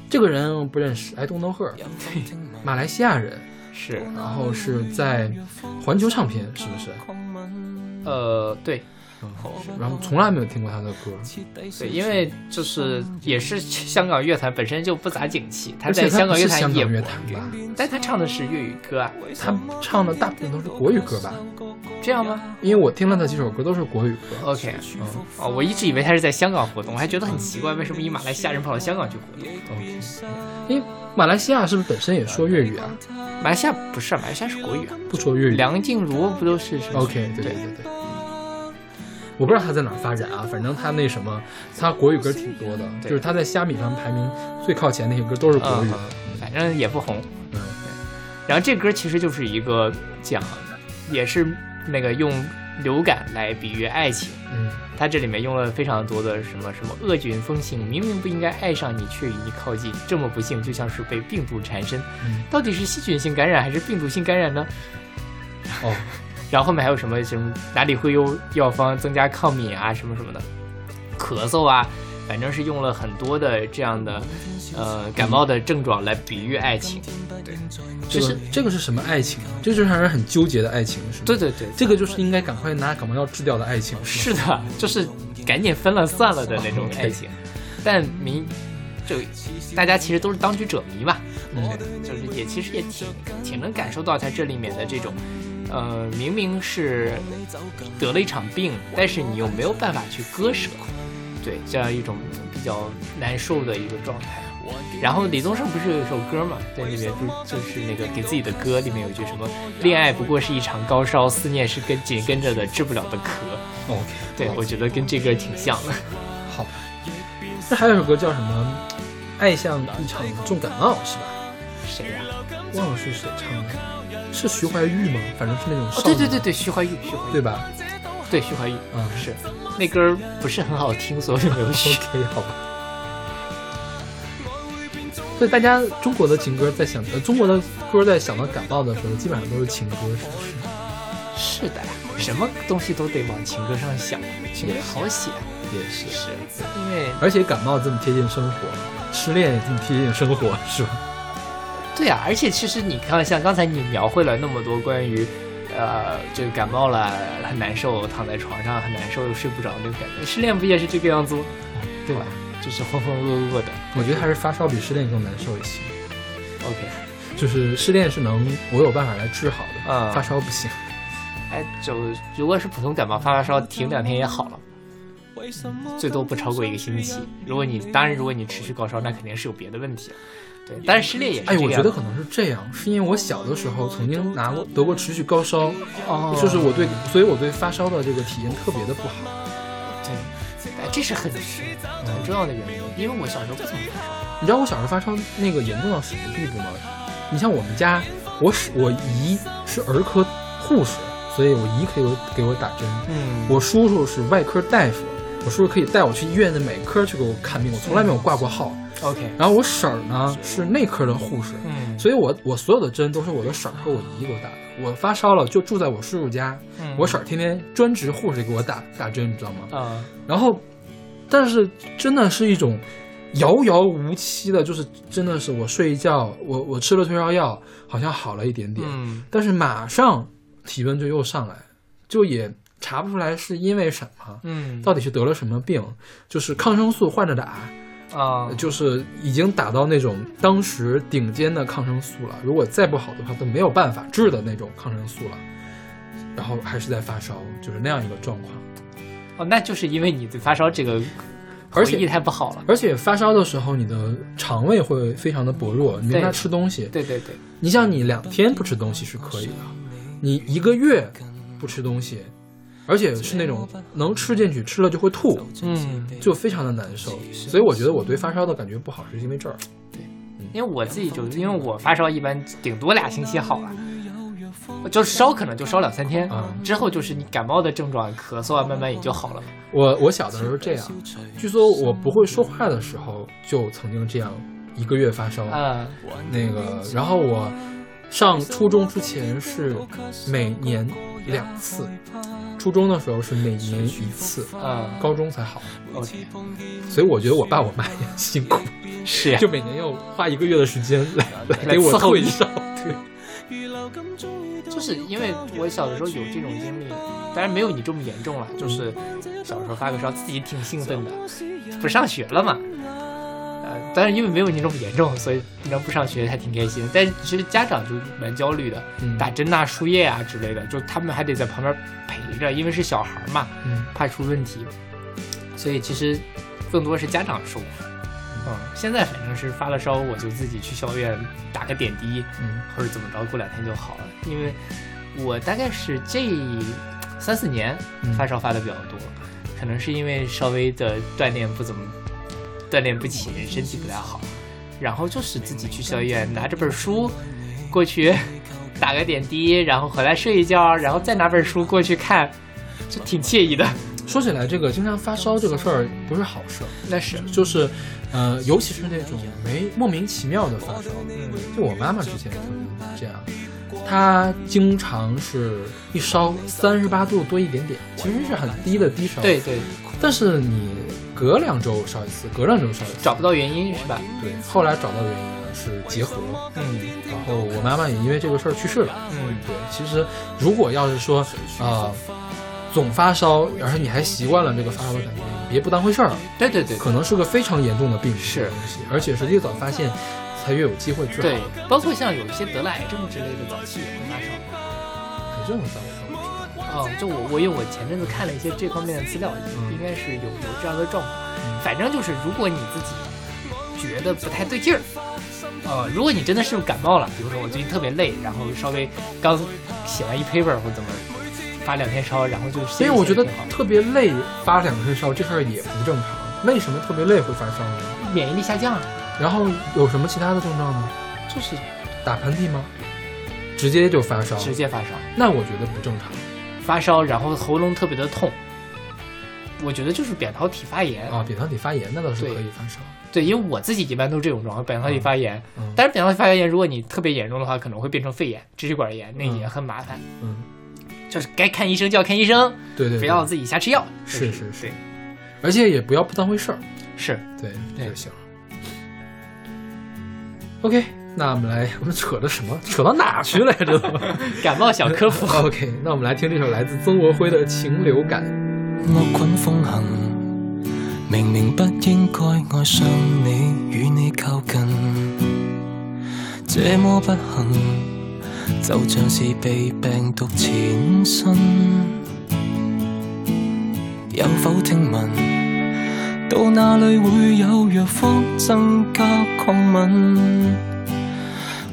这个人我不认识，I don't know her，马来西亚人，
是，
然后是在环球唱片，是不是？
呃，对
然后从来没有听过他的歌，
对，因为就是也是香港乐坛本身就不咋景气，他
而且
在
他
香
不
港
是
乐
香
坛也
港乐
不，
坛吧？
但他唱的是粤语歌啊，
他唱的大部分都是国语歌吧？
这样吗
因为我听了他几首歌都是国语歌。
？OK，哦，
嗯
我一直以为他是在香港活动，我还觉得很奇怪，为什么一马来西亚人跑到香港去活动？
OK，因为马来西亚是不是本身也说粤语啊？
马来西亚不是啊，马来西亚是国语啊。
不说粤语。
梁静茹不都是什么
OK，对对对对。我不知道他在哪儿发展啊，反正他那什么，他国语歌挺多的，
对
就是他在虾米上排名最靠前那些歌都是国语
嗯，。反正也不红。
嗯
然后这歌其实就是一个讲，也是那个用流感来比喻爱情。
嗯，
它这里面用了非常多的什么什么恶菌风行，明明不应该爱上你，却与你靠近，这么不幸，就像是被病毒缠身。
嗯
到底是细菌性感染还是病毒性感染呢？
哦，
然后后面还有什么什么哪里会有药方增加抗敏啊什么什么的，咳嗽啊，反正是用了很多的这样的呃感冒的症状来比喻爱情。
这
就
个
是
这个是什么爱情？啊这就是让人很纠结的爱情，是吗？
对，对对，
这个就是应该赶快拿感冒药治掉的爱情，是
是
吗？
的，就是赶紧分了算了的那种爱情。但民就大家其实都是当局者迷嘛，对就是也其实也挺挺能感受到他这里面的这种。呃，明明是得了一场病，但是你又没有办法去割舍，对，这样一种比较难受的一个状态。然后李宗盛不是有一首歌嘛，在里面就就是那个给自己的歌，里面有一句什么“恋爱不过是一场高烧，思念是跟紧跟着的治不了的咳”。
OK，
对，我觉得跟这歌挺像的。
好。那还有一首歌叫什么？爱像一场重感冒，是吧？
谁呀、
忘了是谁唱的，是徐怀钰吗？反正是那种
哦，
少
对
女，
对对对，徐怀钰，徐怀钰，
对吧？
对徐怀钰，
嗯
是那歌不是很好听，所以 没有选。
OK，好吧。所以大家中国的情歌在想，呃，中国的歌在想到感冒的时候，基本上都是情歌，是不是？
是的，什么东西都得往情歌上想，情歌好写，
也是
是因为
而且感冒这么贴近生活，失恋也这么贴近生活，是吧？
对啊，而且其实你看，像刚才你描绘了那么多关于，呃，这个感冒了很难受，躺在床上很难受又睡不着那种感觉，失恋不也是这个样子吗？对吧？就是浑浑噩噩的。
我觉得还是发烧比失恋更难受一些。
OK，
就是失恋是能我有办法来治好的，
嗯
发烧不行。
哎，就如果是普通感冒发发烧，停两天也好了，最多不超过一个星期。如果你当然，如果你持续高烧，那肯定是有别的问题了。对，当然失恋也是这
哎，
样。
我觉得可能是这样，是因为我小的时候曾经拿过得过持续高烧，
哦，
就是我对，所以我对发烧的这个体验特别的不好。
对，哎，这是很很重要的原因，因为我小时候不怎么发烧。
嗯你知道我小时候发烧那个严重到什么地步吗？你像我们家，我是我姨是儿科护士，所以我姨可以给我给我打针。
嗯
我叔叔是外科大夫，我叔叔可以带我去医院的每科去给我看病，我从来没有挂过号。
OK，
然后我婶儿呢是内科的护士，
嗯
所以我我所有的针都是我的婶儿和我姨给我打的。我发烧了就住在我叔叔家，
嗯
我婶儿天天专职护士给我打打针，你知道吗？
啊、
然后，但是真的是一种遥遥无期的，就是真的是我睡一觉，我我吃了退烧药，好像好了一点点，
嗯
但是马上体温就又上来，就也查不出来是因为什么，
嗯
到底是得了什么病，就是抗生素换着打，
啊、
就是已经打到那种当时顶尖的抗生素了，如果再不好的话都没有办法治的那种抗生素了，然后还是在发烧，就是那样一个状况。
哦，那就是因为你对发烧这个
而
回
且
忆太不好了。
而且发烧的时候，你的肠胃会非常的薄弱，你没法吃东西。
对对对，
你像你两天不吃东西是可以的，你一个月不吃东西，而且是那种能吃进去，吃了就会吐，
嗯，
就非常的难受。所以我觉得我对发烧的感觉不好，是因为这儿。嗯
因为我自己就因为我发烧一般顶多俩星期好了。就是烧，可能就烧两三天，
啊
之后就是你感冒的症状，咳嗽啊，慢慢也就好了嘛。
我我小的时候这样，据说我不会说话的时候就曾经这样一个月发烧。
啊、
那个，然后我上初中之前是每年两次，初中的时候是每年一次，
啊、
高中才好，
o k
所以我觉得我爸我妈也辛苦，
是呀
就，每年要花一个月的时间来来
来
给我
伺候
退
你
烧。 对，
就是因为我小的时候有这种经历，当然没有你这么严重了，就是小时候发个烧，自己挺兴奋的，不上学了嘛。呃，当然因为没有你这么严重，所以能不上学还挺开心。但是其实家长就蛮焦虑的，
嗯
打针呐、输液啊之类的，就他们还得在旁边陪着，因为是小孩嘛，
嗯，
怕出问题，所以其实更多是家长受苦。嗯，现在反正是发了烧，我就自己去校医院打个点滴，
嗯，
或者怎么着，过两天就好了。因为我大概是这三四年
嗯
发烧发的比较多，可能是因为稍微的锻炼不怎么锻炼不起，身体不太好，然后就是自己去校医院拿着本书过去打个点滴，然后回来睡一觉，然后再拿本书过去看，就挺惬意的。
说起来这个经常发烧这个事儿不是好事儿，
那是，
就是，呃，尤其是那种没莫名其妙的发烧，
嗯
就我妈妈之前曾经这样，她经常是一烧三十八度多一点点，其实是很低的低烧。
对。对，
但是你隔两周烧一次，隔两周烧一次，
找不到原因是吧？
对。后来找到的原因呢是结核，
嗯
然后我妈妈也因为这个事儿去世了。
嗯，
对，其实如果要是说啊、总发烧，而且你还习惯了这个发烧的感觉，你别不当回事儿，
对对对，
可能是个非常严重的病
是
这个东西，而且是越早发现，才越有机会治好。
对，包括像有一些得了癌症之类的，早期也会发烧。
癌症是怎么说？
嗯，就我我因为我前阵子看了一些这方面的资料，
嗯
应该是有有这样的状况。反正就是，如果你自己觉得不太对劲儿，
嗯
呃，如果你真的是感冒了，比如说我最近特别累，然后稍微刚写完一 paper 或者怎么发两天烧，然后就
因
所
为我觉得特别累，发两天烧这事儿也不正常。为什么特别累会发烧呢？
免疫力下降，啊
然后有什么其他的症状呢？
就是
打喷嚏吗？直接就发烧？
直接发烧，
那我觉得不正常
发烧，然后喉咙特别的痛。我觉得就是扁桃体发炎
啊！扁桃体发炎那倒是
对
可以发烧，
对，因为我自己一般都是这种状况，扁桃体发炎。
嗯
但是扁桃体发炎，如果你特别严重的话，可能会变成肺炎、支气管炎，那也
嗯
很麻烦。
嗯，
就是该看医生就要看医生，
对对对，
不要自己瞎吃药。
是
就是对
是，而且也不要不当回事儿，
是
对
对
就行。OK，那我们来，我们扯的什么？ 扯到哪儿去了呀？这都。
感冒小科普。
OK，那我们来听这首来自曾国辉的《情流感》。
恶菌风行，明明不应该爱上你，与你靠近，这么不幸，就像是被病毒缠身。有否听闻，到那里会有药方增加抗敏？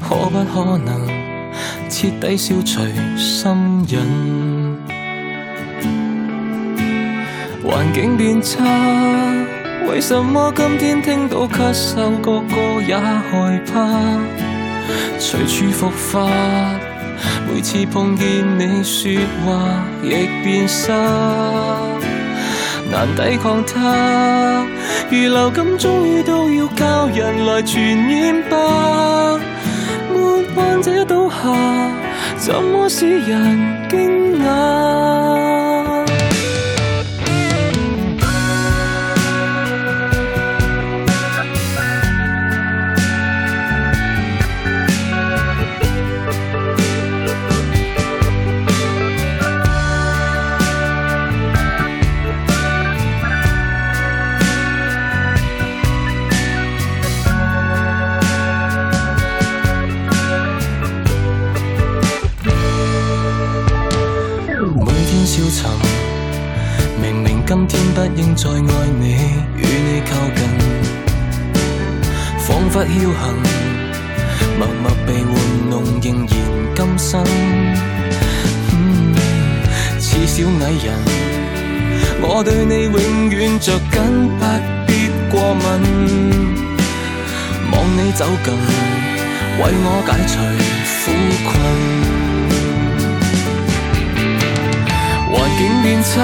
可不可能彻底消除心瘾？环境变差，为什么今天听到咳嗽，个个也害怕？隨處復發，每次碰見你说話亦變沙，難抵抗它。如流感終於都要靠人來傳染吧，沒患者倒下，怎麼使人驚訝？每天消沉，明明今天不應再愛你，與你靠近，彷彿僥倖，默默被玩弄，仍然今生。嗯，似小矮人，我對你永遠着緊，不必過敏。望你走近，為我解除苦困。環境變差，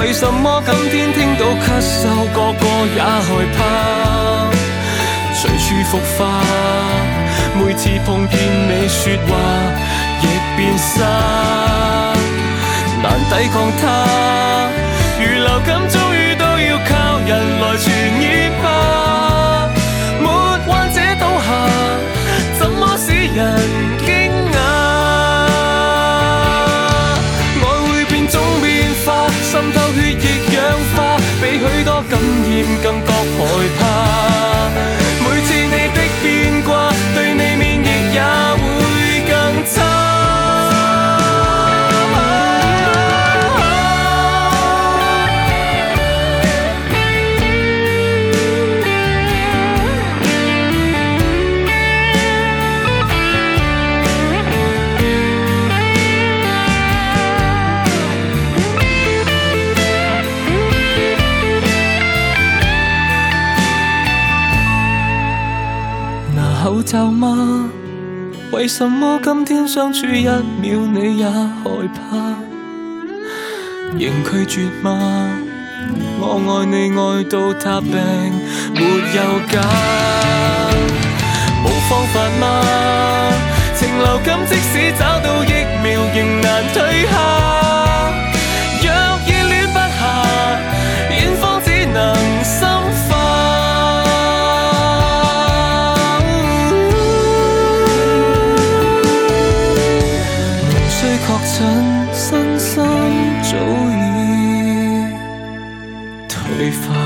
為什麼今天聽到咳嗽，個個也害怕？隨處復發，每次碰見你說話亦變沙，難抵抗它。如流感終於都要靠人來傳染吧，沒患者倒下，怎麼使人驚訝？愛會變種變化，滲透血液氧化，比許多感染更覺害怕。每次你的變卦，對你免疫也會更差。拿口罩嗎？為什麼今天相處一秒你也害怕？仍拒絕嗎？我愛你愛到他病沒有假，無方法嗎？情流感即使找到疫苗仍難退下，若熱戀不下，遠方只能深化。無需確診，身心早已退化。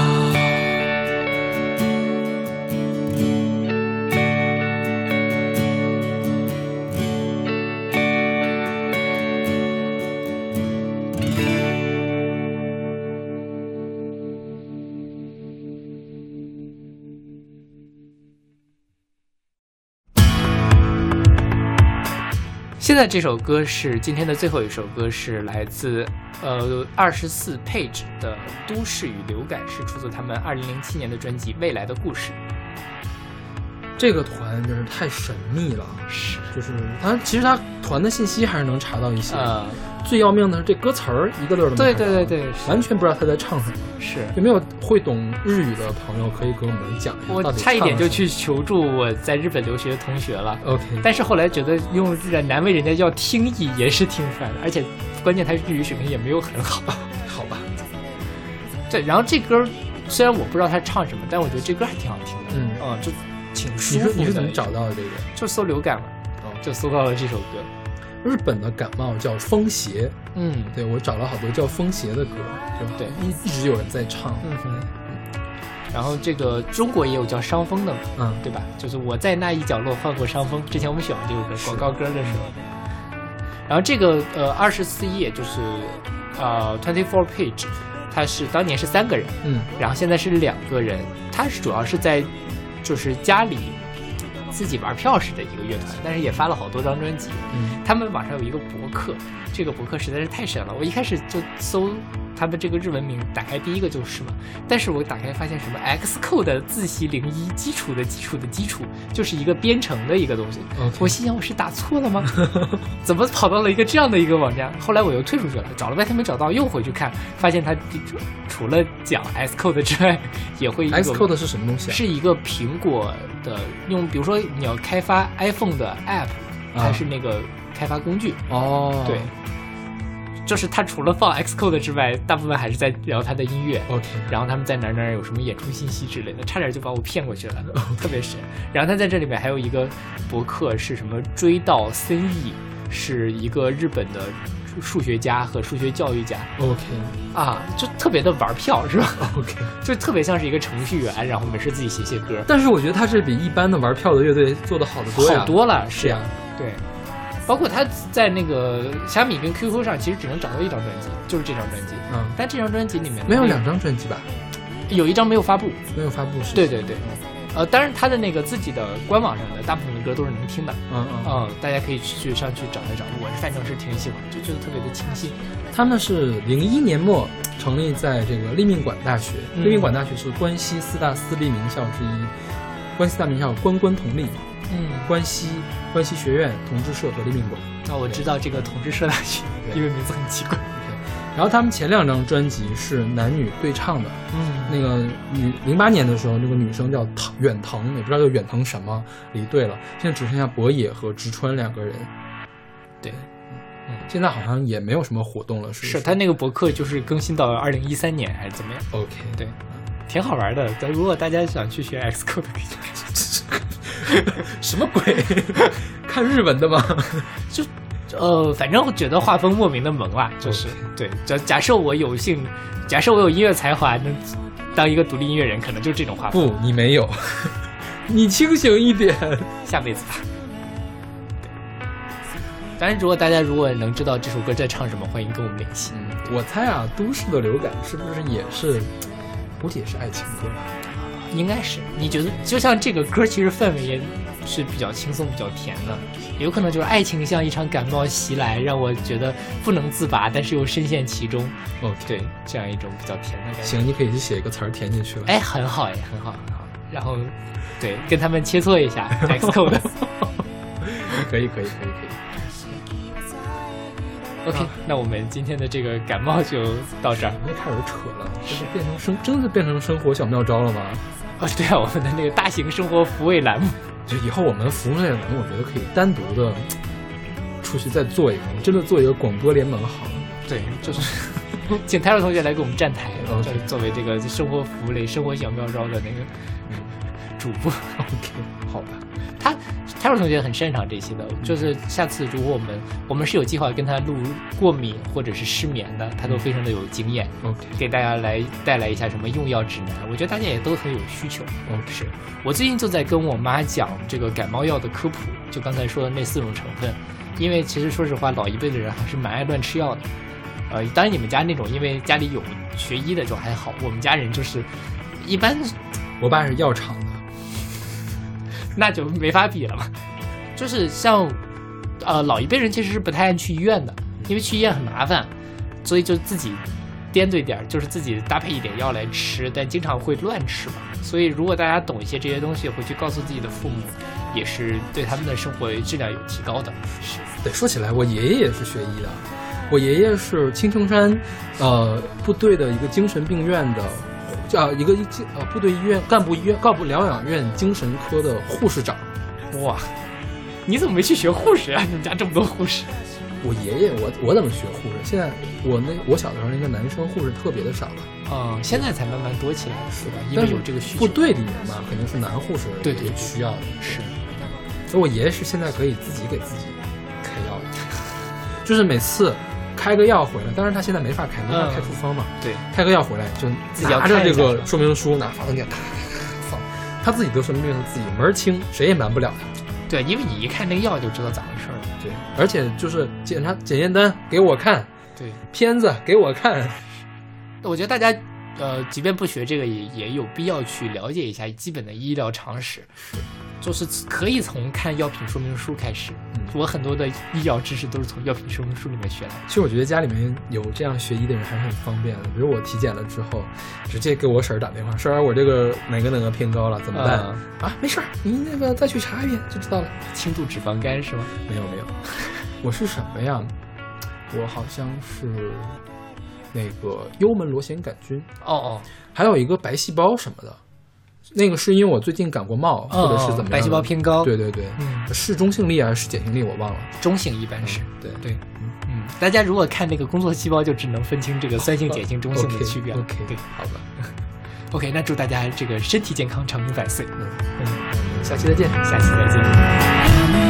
现在这首歌是今天的最后一首歌，是来自呃二十四 Page 的《都市与流感》，是出自他们二零零七年的专辑《未来的故事》。
这个团真是太神秘了，是，就是他其实他团的信息还是能查到一些，
啊
最要命的是这歌词儿一个乐儿都没
对
查
对
到
对对，是
完全不知道他在唱什么。
是。
有没有会懂日语的朋友可以给我们讲一下？
我
到底
差一点
唱了
就
什
去求助我在日本留学的同学了，
么 OK，
但是后来觉得用日语难为人家叫听译也是听出来的，而且关键他日语水平也没有很好。
好吧，
对，然后这歌虽然我不知道他唱什么，但我觉得这歌还挺好听的，
嗯，
嗯，就挺舒
你
服
是
的。
你是怎么找到的这个？哦
就搜流感嘛，就搜到了这首歌。
日本的感冒叫风邪，
嗯，
对我找了好多叫风邪的歌，就
对
一一直有人在唱，
嗯哼。然后这个中国也有叫伤风的嘛，
嗯，
对吧？就是我在那一角落患过伤风。之前我们选过这首歌广告歌的时候，然后这个呃二十四页就是呃 twenty four page，它是当年是三个人，
嗯
然后现在是两个人，他是主要是在就是家里自己玩票式的一个乐团，但是也发了好多张专辑。
嗯
他们网上有一个博客，这个博客实在是太神了。我一开始就搜他们这个日文名，打开第一个就是嘛。但是我打开发现什么 Xcode 自习零一基础的基础的基础，就是一个编程的一个东西。
，OK，
我心想我是打错了吗？ 怎么跑到了一个这样的一个网站？后来我又退出去了，找了半天没找到，又回去看，发现它除了讲 Xcode 之外，也会有
Xcode 是什么东西啊？
是一个苹果的用，比如说你要开发 iPhone 的 App，它是那个开发工具。
啊哦，
对，就是它除了放 Xcode 之外，大部分还是在聊它的音乐。
，OK，
然后他们在哪儿哪儿有什么演出信息之类的，差点就把我骗过去了，
哦
特别神。然后他在这里面还有一个博客是什么追悼森义，是一个日本的数学家和数学教育家
OK
啊，就特别的玩票是吧？
OK，
就特别像是一个程序员，然后没事自己写写歌，
但是我觉得他是比一般的玩票的乐队做的好得多呀，
好多了，
是
是
呀，
对。包括他在那个虾米跟 QQ 上，其实只能找到一张专辑，就是这张专辑。
嗯，
但这张专辑里面
没有两，张专辑吧？
有一张没有发布，
没有发布是？
对，对对，呃，当然他的那个自己的官网上的大部分的歌都是能听的，
嗯嗯，
嗯，大家可以去上去找一找。我是反正是挺喜欢，就觉得特别的清新。
他们是零一年末成立在这个立命馆大学，
嗯
立命馆大学是关西四大私立名校之一，关西四大名校关关同立，
嗯，
关西关西学院同志社和立命馆。
那哦我知道这个同志社大学，
对
因为名字很奇怪。
然后他们前两张专辑是男女对唱的，
嗯，
那个女零八年的时候，那个女生叫藤远藤，也不知道叫远藤什么，离队了，现在只剩下博野和直川两个人，嗯
对，
现在好像也没有什么活动了，是不
是他那个博客就是更新到二零一三年还是怎么样？
OK
对，挺好玩的。但如果大家想去学 Xcode，可以去看
什么鬼？看日文的吗？
就呃，反正我觉得画风莫名的萌啦，就是对。假假设我有幸，假设我有音乐才华，能当一个独立音乐人，可能就是这种画风。
不，你没有， 你清醒一点。
下辈子吧。当然，如果大家如果能知道这首歌在唱什么，欢迎跟我们联系。
我猜啊，都市的流感是不是也是，估计也是爱情歌吧？
应该是你觉得，就像这个歌，其实氛围也是比较轻松、比较甜的，有可能就是爱情像一场感冒袭来，让我觉得不能自拔，但是又深陷其中。
哦，
对，这样一种比较甜的感觉。
行，你可以去写一个词儿填进去了。
哎，很好哎，很好，很好。然后，对，跟他们切磋 一下 Xcode。
可以，可以，可以，可啊以。
OK，那我们今天的这个感冒就到这儿。
别开始扯了，这是变成生，真的变成生活小妙招了吗？
哦，对啊，我们的那个大型生活抚慰栏目。
就以后我们服务类栏目，我觉得可以单独的出去再做一个，真的做一个广播联盟好了。
对，就是请泰勒同学来给我们站台，
OK
就是作为这个生活服务类、生活小妙招的那个主播。
OK，好吧，
他泰勒同学很擅长这些的，就是
嗯
下次如果我们我们是有计划跟他录过敏或者是失眠的，他都非常的有经验。
嗯 OK
给大家来带来一下什么用药指南，我觉得大家也都很有需求。
OK，
是我最近就在跟我妈讲这个感冒药的科普，就刚才说的那四种成分，因为其实说实话，老一辈的人还是蛮爱乱吃药的。呃，当然你们家那种，因为家里有学医的就还好，我们家人就是一般
我爸是药厂的，
那就没法比了嘛。就是像呃老一辈人其实是不太爱去医院的，因为去医院很麻烦，所以就自己颠对点儿，就是自己搭配一点药来吃，但经常会乱吃嘛。所以如果大家懂一些这些东西，回去告诉自己的父母，也是对他们的生活质量有提高的。
对，说起来，我爷爷也是学医的，我爷爷是青城山，呃，部队的一个精神病院的，叫一个精呃部队医院干部医院干部疗养院精神科的护士长。
哇，你怎么没去学护士啊？你们家这么多护士。
我爷爷，我我怎么学护士？现在我那我小的时候，那个男生护士特别的少了。
嗯，现在才慢慢多起来，
是吧？
因为有这个需求
部队里面嘛，肯定是男护士
对对
需要的。
是，
所以我爷爷是现在可以自己给自己开药的，就是每次开个药回来，当然他现在没法开，没法
嗯
开处方嘛，
对，
开个药回来就
自己要
拿着
看一
这
下是
个
吧
说明书，拿发动机咔咔咔放。他自己得什么病，他自己门儿清，谁也瞒不了他。
对，因为你一看那个药就知道咋回事儿了。
对，而且就是检查检验单给我看，
对，
片子给我看，
我觉得大家，呃，即便不学这个也，也有必要去了解一下基本的医疗常识，就是可以从看药品说明书开始。
嗯
我很多的医疗知识都是从药品说明书里面学来的。
其实我觉得家里面有这样学医的人还是很方便的。比如我体检了之后，直接给我婶儿打电话，婶儿我这个哪个哪个偏高了，怎么办、
嗯
啊？没事儿，您那个再去查一遍就知道了。
轻度脂肪肝是吗？
没有没 有，我是什么呀？我好像是那个幽门螺旋杆菌，
哦哦，
还有一个白细胞什么的。那个是因为我最近感过冒，或者是怎么样的
哦白细胞偏高，
对，对对，
嗯
是中性粒还是碱性粒我忘了。
中性一般是。
对
对，嗯，大家如果看那个工作细胞，就只能分清这个酸性、碱性、中性的区别了。
OK，,
对
好吧，
，OK，那祝大家这个身体健康，长命百岁。
下期再见。
下期再见。
「雨の中で」